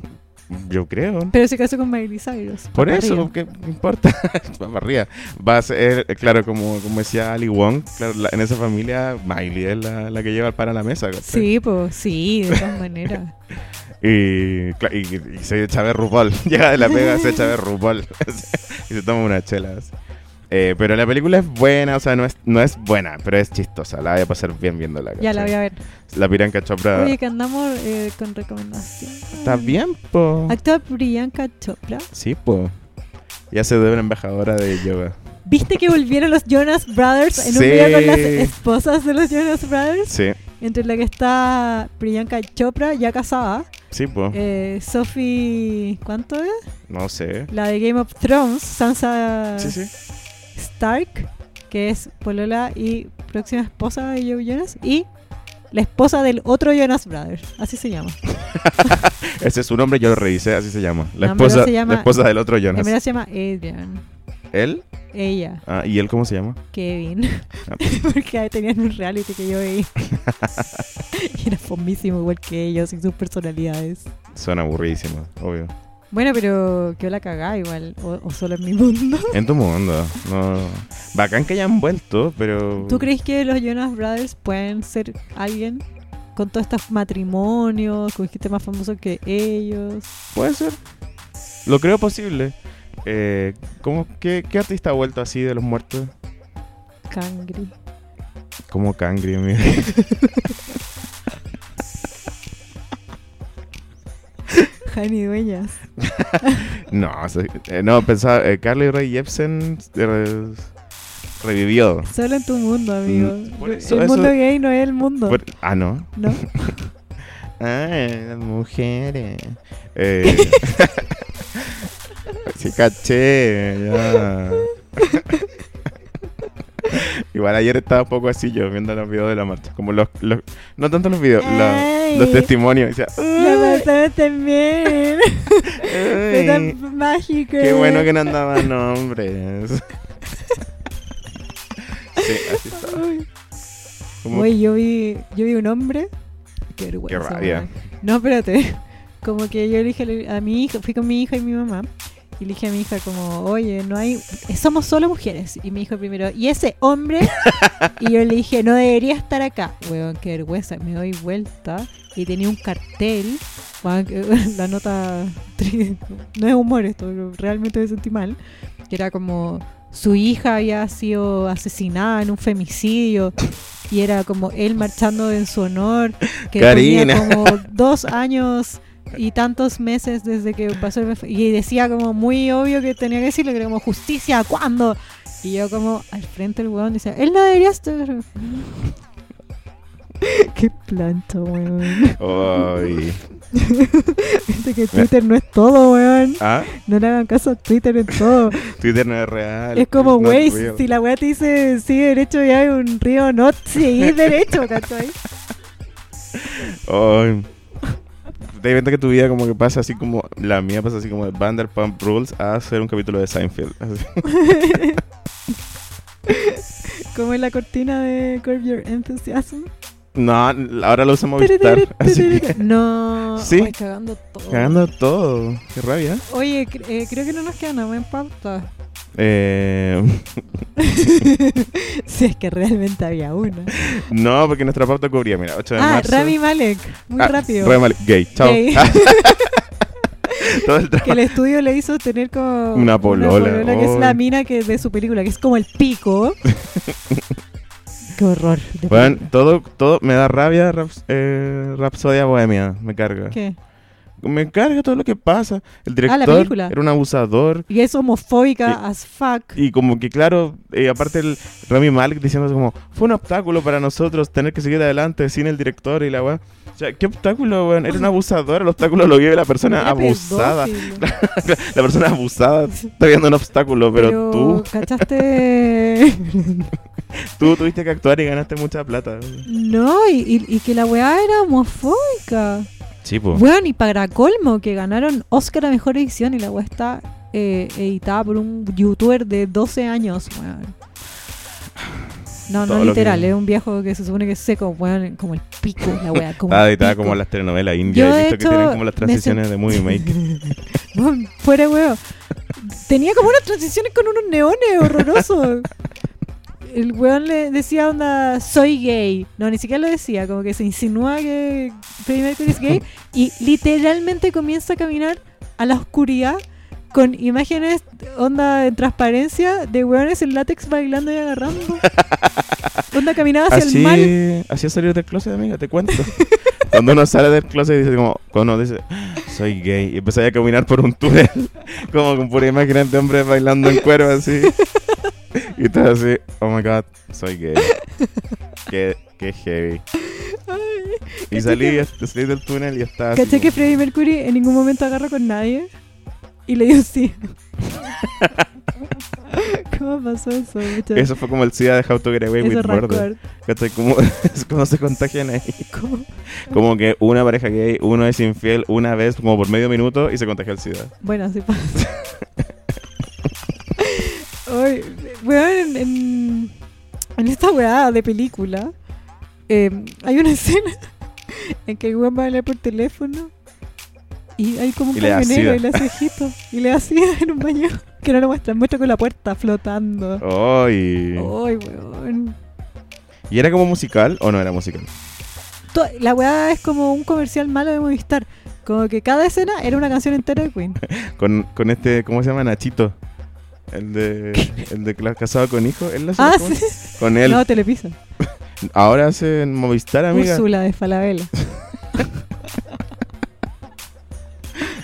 Speaker 2: Yo creo.
Speaker 1: Pero se casó con Miley Cyrus. va
Speaker 2: Por
Speaker 1: para
Speaker 2: eso,
Speaker 1: arriba.
Speaker 2: ¿qué importa? Va para arriba. Va a ser, eh, claro, como, como decía Ali Wong, claro, la- en esa familia, Miley es la, la que lleva el pan a la mesa. ¿cachai?
Speaker 1: Sí, pues, sí, de todas maneras.
Speaker 2: Y, cla- y- y se echa a ver RuPaul. Llega de la pega, se echa a ver RuPaul. y se toma unas chelas. Eh, pero la película es buena, o sea, no es, no es buena, pero es chistosa. La voy a pasar bien viéndola.
Speaker 1: Ya la voy
Speaker 2: ¿cachai?
Speaker 1: a ver.
Speaker 2: La Piranca Chopra.
Speaker 1: Oye, que andamos eh, con recomendaciones.
Speaker 2: Ah. Está bien, po.
Speaker 1: Actúa Priyanka Chopra.
Speaker 2: Sí, po. Ya se debe una embajadora de yoga.
Speaker 1: ¿Viste que volvieron los Jonas Brothers en un
Speaker 2: Sí.
Speaker 1: video con las esposas de los Jonas Brothers?
Speaker 2: Sí,
Speaker 1: Entre la que está Priyanka Chopra, ya casada.
Speaker 2: sí, po.
Speaker 1: Eh, Sophie, ¿cuánto es?
Speaker 2: No sé.
Speaker 1: La de Game of Thrones, Sansa
Speaker 2: Sí, sí.
Speaker 1: Stark, que es Polola y próxima esposa de Joe Jonas. Y la esposa del otro Jonas Brothers, así se llama.
Speaker 2: Ese es su nombre, yo lo revisé, así se llama. La
Speaker 1: No, en verdad
Speaker 2: esposa,
Speaker 1: se llama-
Speaker 2: la esposa del otro
Speaker 1: En
Speaker 2: Jonas.
Speaker 1: verdad se llama Adrian.
Speaker 2: ¿Él?
Speaker 1: Ella,
Speaker 2: Ah, ¿Y él cómo se llama?
Speaker 1: Kevin.
Speaker 2: Ah.
Speaker 1: Porque ahí tenían un reality que yo veía. y era fomísimo igual que ellos y sus personalidades.
Speaker 2: Suena aburridísimo, obvio.
Speaker 1: Bueno, pero que la cagá igual. O, o solo en mi mundo.
Speaker 2: En tu mundo. No. Bacán que hayan vuelto, pero.
Speaker 1: ¿Tú crees que los Jonas Brothers pueden ser alguien con todos estos matrimonios, con gente más famoso que ellos?
Speaker 2: Puede ser. Lo creo posible. Eh, ¿cómo, qué, ¿Qué artista ha vuelto así de los muertos?
Speaker 1: Cangri.
Speaker 2: Como Cangri, amigo.
Speaker 1: Jani Dueñas.
Speaker 2: No, o sea, eh, no, pensaba. eh, Carly Ray Jepsen eh, revivió.
Speaker 1: Solo en tu mundo, amigo.
Speaker 2: Mm, por
Speaker 1: el
Speaker 2: eso- eso-
Speaker 1: mundo gay no es el mundo.
Speaker 2: Fue- ah, no.
Speaker 1: ¿No?
Speaker 2: Ah, las mujeres. Eh, sí, caché. ya. Igual ayer estaba un poco así yo viendo los videos de la marcha. Como los. los- no tanto los videos, la-
Speaker 1: Ay.
Speaker 2: los testimonios. Decía,
Speaker 1: La
Speaker 2: "Ay,
Speaker 1: pasaron también. Fue
Speaker 2: ay,
Speaker 1: tan mágico.
Speaker 2: qué bueno
Speaker 1: eh.
Speaker 2: que no andaban nombres. sí, así estaba.
Speaker 1: Uy.
Speaker 2: Como-
Speaker 1: Oye, yo vi, yo vi un hombre. Qué
Speaker 2: qué
Speaker 1: vergüenza.
Speaker 2: rabia.
Speaker 1: weón. No, espérate. Como que yo le dije a la- a mi hija, fui con mi hija y mi mamá. Y le dije a mi hija como, oye, no hay, somos solo mujeres. Y mi hijo primero, ¿y ese hombre? y yo le dije, no debería estar acá. Weón, qué vergüenza. Me doy vuelta y tenía un cartel. Weón, que- la nota, tri- no es humor esto, pero realmente me sentí mal. Que era como, su hija había sido asesinada en un femicidio. Y era como él marchando en su honor. Que
Speaker 2: Karina.
Speaker 1: tenía como dos años y tantos meses desde que pasó el... Y decía como muy obvio que tenía que decirle, que era como justicia, ¿cuándo? Y yo como al frente del weón decía, él no debería estar... Qué planto, weón.
Speaker 2: Ay.
Speaker 1: Viste que Twitter no es todo, weón.
Speaker 2: Ah,
Speaker 1: No le hagan caso a Twitter en todo.
Speaker 2: Twitter no es real.
Speaker 1: Es como,
Speaker 2: no
Speaker 1: güey,
Speaker 2: real.
Speaker 1: si la weá te dice sigue derecho y hay un río, no sigue derecho, ¿cachai?
Speaker 2: Ay. Te das cuenta que tu vida como que pasa así como... La mía pasa así como de Vanderpump Rules a hacer un capítulo de Seinfeld. Así.
Speaker 1: Como en la cortina de Curb Your Enthusiasm.
Speaker 2: No, ahora lo usa Movistar. Así que...
Speaker 1: No,
Speaker 2: Sí.
Speaker 1: ay, cagando todo.
Speaker 2: Cagando todo. Qué rabia.
Speaker 1: Oye, cre- eh, creo que no nos queda nada más en pauta.
Speaker 2: Eh,
Speaker 1: si es que realmente había una.
Speaker 2: no, porque nuestra pauta cubría, mira, 8 de
Speaker 1: Ah,
Speaker 2: marzo.
Speaker 1: Rami Malek. Muy
Speaker 2: Ah,
Speaker 1: rápido.
Speaker 2: Rami Malek, gay, chao. Ah.
Speaker 1: Gay.
Speaker 2: Todo el
Speaker 1: que
Speaker 2: trabajo.
Speaker 1: el estudio le hizo tener como
Speaker 2: Una polola,
Speaker 1: que es
Speaker 2: oh.
Speaker 1: la mina que de su película, que es como el pico. Qué horror. de
Speaker 2: Bueno,
Speaker 1: película.
Speaker 2: todo, todo me da rabia Raps- eh, Rapsodia Bohemia, me carga.
Speaker 1: ¿Qué?
Speaker 2: Me carga todo lo que pasa.
Speaker 1: Ah, la
Speaker 2: El director
Speaker 1: película.
Speaker 2: era un abusador.
Speaker 1: Y es homofóbica
Speaker 2: Y-
Speaker 1: as fuck.
Speaker 2: Y como que claro, eh, aparte el Rami Malek diciendo así como, fue un obstáculo para nosotros tener que seguir adelante sin el director y la weá. O sea, ¿qué obstáculo, weón? Era un abusador, el obstáculo lo vive la persona
Speaker 1: Era
Speaker 2: abusada.
Speaker 1: pedófilo.
Speaker 2: La persona abusada está viendo un obstáculo, pero, tú,
Speaker 1: ¿Cachaste?
Speaker 2: tú tuviste que actuar y ganaste mucha plata.
Speaker 1: no, y, y- y que la weá era homofóbica.
Speaker 2: Sí, po.
Speaker 1: Bueno, y para colmo, que ganaron Oscar a mejor edición y la weá está eh, editada por un youtuber de 12 años, weón. No,
Speaker 2: Todo
Speaker 1: no
Speaker 2: lo
Speaker 1: literal,
Speaker 2: que-
Speaker 1: es un viejo que se supone que es seco, weón, como el pico, la weá. Como
Speaker 2: Está
Speaker 1: el
Speaker 2: Ah, editada
Speaker 1: pico.
Speaker 2: como las telenovelas indias.
Speaker 1: Yo,
Speaker 2: He
Speaker 1: de
Speaker 2: visto que
Speaker 1: hecho,
Speaker 2: tienen como las
Speaker 1: me
Speaker 2: transiciones de movie make.
Speaker 1: Weón, fuera weón. Tenía como unas transiciones con unos neones horrorosos. El weón le decía onda, soy gay. No, ni siquiera lo decía, como que se insinúa que Freddie Mercury es gay. Y literalmente comienza a caminar a la oscuridad con imágenes onda en transparencia de weones en látex bailando y agarrando. onda caminaba hacia el mal.
Speaker 2: Así, así es salir del closet, amiga, te cuento. Cuando uno sale del closet y dice como, cuando uno dice, soy gay, y empezáis a caminar por un túnel, como con pura imagen de hombres bailando en cuero así. Y todo así, oh my god, soy gay. Qué, qué heavy. Y
Speaker 1: Caché
Speaker 2: salí,
Speaker 1: que-
Speaker 2: y salí del túnel y está así.
Speaker 1: Caché que Freddie Mercury en ningún momento agarra con nadie y le dio sí. ¿Cómo pasó eso? muchacho?
Speaker 2: Eso fue como el SIDA de How to Get Away
Speaker 1: Eso
Speaker 2: with
Speaker 1: es
Speaker 2: Murder.
Speaker 1: rancor.
Speaker 2: ¿Cachai? Como, es como se contagian ahí.
Speaker 1: ¿Cómo?
Speaker 2: Como que una pareja gay, uno es infiel una vez, como por medio minuto, y se contagia el SIDA.
Speaker 1: Bueno, así pasa. Hoy, weón, en, en- en esta weá de película eh, hay una escena en que el weón va a hablar por teléfono y hay como un
Speaker 2: Y le da
Speaker 1: camionero
Speaker 2: sida.
Speaker 1: y le hace ojito y le hace en un baño que no lo muestran, muestra con la puerta flotando.
Speaker 2: Ay.
Speaker 1: Ay, weón.
Speaker 2: ¿Y era como musical o no era musical?
Speaker 1: To- La weá es como un comercial malo de Movistar. Como que cada escena era una canción entera de Queen.
Speaker 2: Con, con este, ¿cómo se llama? Nachito. El de, el de Cla- casado con hijo. Él hace
Speaker 1: ah,
Speaker 2: la-
Speaker 1: sí.
Speaker 2: Con él.
Speaker 1: No, Telepisa.
Speaker 2: Ahora hace en Movistar, amiga.
Speaker 1: Úrsula de Falabella.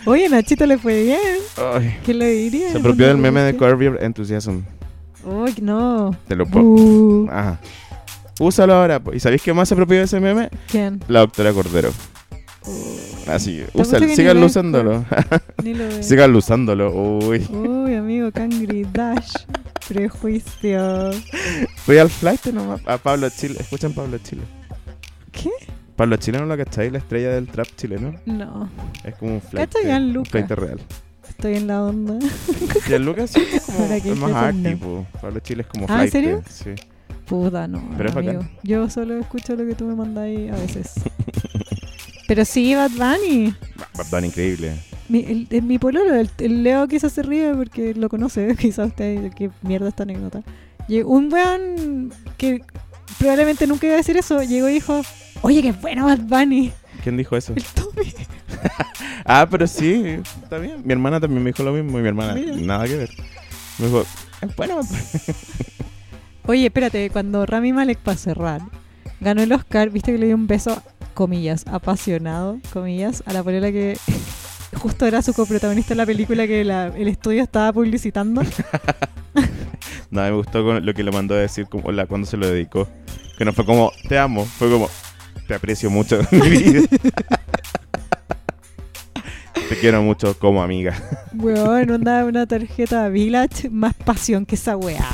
Speaker 1: Oye, Nachito le fue bien.
Speaker 2: Ay,
Speaker 1: ¿Quién lo diría?
Speaker 2: se apropió del meme de
Speaker 1: Corp.
Speaker 2: Curb Your Enthusiasm.
Speaker 1: Uy, no. Uh,
Speaker 2: Te lo pongo.
Speaker 1: Bu.
Speaker 2: Ajá. Úsalo ahora. po. ¿Y sabéis qué más se apropió de ese meme?
Speaker 1: ¿Quién?
Speaker 2: La doctora Cordero.
Speaker 1: Uy,
Speaker 2: Así,
Speaker 1: gusta
Speaker 2: úsalo.
Speaker 1: que
Speaker 2: Síganlo
Speaker 1: nivel
Speaker 2: usándolo.
Speaker 1: ni lo veo.
Speaker 2: Síganlo usándolo. Uy.
Speaker 1: Uy, amigo, Cangri Dash. Prejuicio.
Speaker 2: Fui al flight nomás. A Pablo Chile. Escuchan Pablo Chile.
Speaker 1: ¿Qué?
Speaker 2: Pablo Chile no lo cacháis, la estrella del trap chileno.
Speaker 1: No.
Speaker 2: Es como un flight.
Speaker 1: Cacha Gian
Speaker 2: un
Speaker 1: Luca.
Speaker 2: flight real.
Speaker 1: Estoy en la onda.
Speaker 2: Y el Lucas sí es como
Speaker 1: Ahora que
Speaker 2: es más
Speaker 1: dices no.
Speaker 2: activo. Pablo Chile es como
Speaker 1: Ah, ¿en
Speaker 2: flight.
Speaker 1: serio?
Speaker 2: Sí.
Speaker 1: Puta, no.
Speaker 2: Pero es
Speaker 1: amigo.
Speaker 2: bacán.
Speaker 1: Yo solo escucho lo que tú me mandáis a veces. Pero sí, Bad Bunny.
Speaker 2: Bad Bunny, increíble.
Speaker 1: Mi, el, el- mi pololo, el, el Leo quizás se ríe porque lo conoce, quizás usted, dice, qué mierda esta anécdota. Llegó un weón que probablemente nunca iba a decir eso, llegó y dijo, oye, qué bueno Bad Bunny,
Speaker 2: ¿Quién dijo eso?
Speaker 1: el Tommy.
Speaker 2: Ah, pero sí, está bien. Mi hermana también me dijo lo mismo y mi hermana,
Speaker 1: Mira.
Speaker 2: nada que ver. Me dijo, "Es bueno, pues". Bad Bunny".
Speaker 1: Oye, espérate, cuando Rami Malek para cerrar, ganó el Oscar, viste que le dio un beso, comillas, apasionado, comillas, a la polera que justo era su coprotagonista en la película que la- el estudio estaba publicitando.
Speaker 2: No, me gustó con lo que le mandó a decir como la, cuando se lo dedicó. Que no fue como, te amo, fue como, te aprecio mucho mi vida. te quiero mucho como amiga.
Speaker 1: Weón, onda una tarjeta Village, más pasión que esa weá.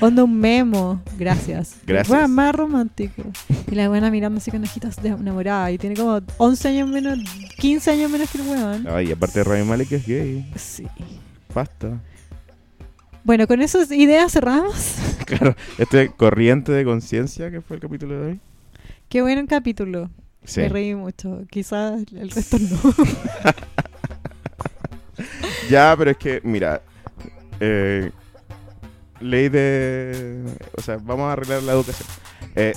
Speaker 1: Onda un memo, gracias.
Speaker 2: Gracias.
Speaker 1: Weón, más romántico. Y la buena mirando así con ojitos de enamorada. Y tiene como 11 años menos, 15 años
Speaker 2: Ah.
Speaker 1: menos que el weón.
Speaker 2: Ay, aparte de Rami Malek es gay.
Speaker 1: Sí.
Speaker 2: Basta.
Speaker 1: Bueno, con esas ideas cerramos.
Speaker 2: Claro, este corriente de conciencia que fue el capítulo de hoy.
Speaker 1: Qué buen capítulo.
Speaker 2: Sí.
Speaker 1: Me reí mucho. Quizás el resto no.
Speaker 2: Ya, pero es que, mira, eh, ley de... O sea, vamos a arreglar la educación. Eh,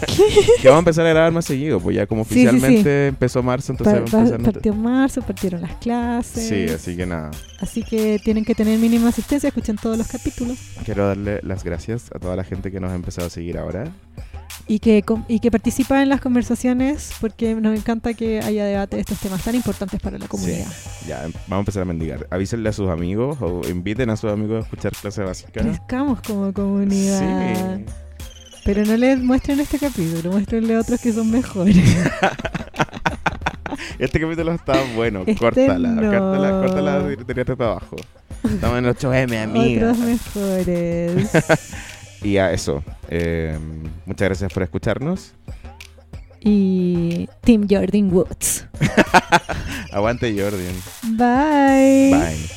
Speaker 2: que vamos a empezar a grabar más seguido, pues ya como
Speaker 1: Sí, sí, sí.
Speaker 2: oficialmente empezó marzo, entonces
Speaker 1: Pa-
Speaker 2: vamos a
Speaker 1: pa-
Speaker 2: empezar... nuestra-
Speaker 1: partió marzo, partieron las clases.
Speaker 2: Sí, así que nada.
Speaker 1: Así que tienen que tener mínima asistencia, escuchen todos los capítulos.
Speaker 2: Quiero darle las gracias a toda la gente que nos ha empezado a seguir ahora.
Speaker 1: Y que, com- y que participen en las conversaciones porque nos encanta que haya debate de estos temas tan importantes para la comunidad.
Speaker 2: Ya, em- vamos a empezar a mendigar. Avísenle a sus amigos o inviten a sus amigos a escuchar clase básica.
Speaker 1: Crezcamos como comunidad.
Speaker 2: Sí.
Speaker 1: Pero no les muestren este capítulo, muéstrenle otros que son mejores.
Speaker 2: Este capítulo está bueno.
Speaker 1: Este
Speaker 2: córtala,
Speaker 1: no.
Speaker 2: córtala, córtala, directamente para abajo. Estamos en 8M, amiga.
Speaker 1: Otros mejores.
Speaker 2: Y a eso. eh, muchas gracias por escucharnos.
Speaker 1: y Tim Jordan Woods.
Speaker 2: Aguante, Jordan.
Speaker 1: Bye.
Speaker 2: Bye.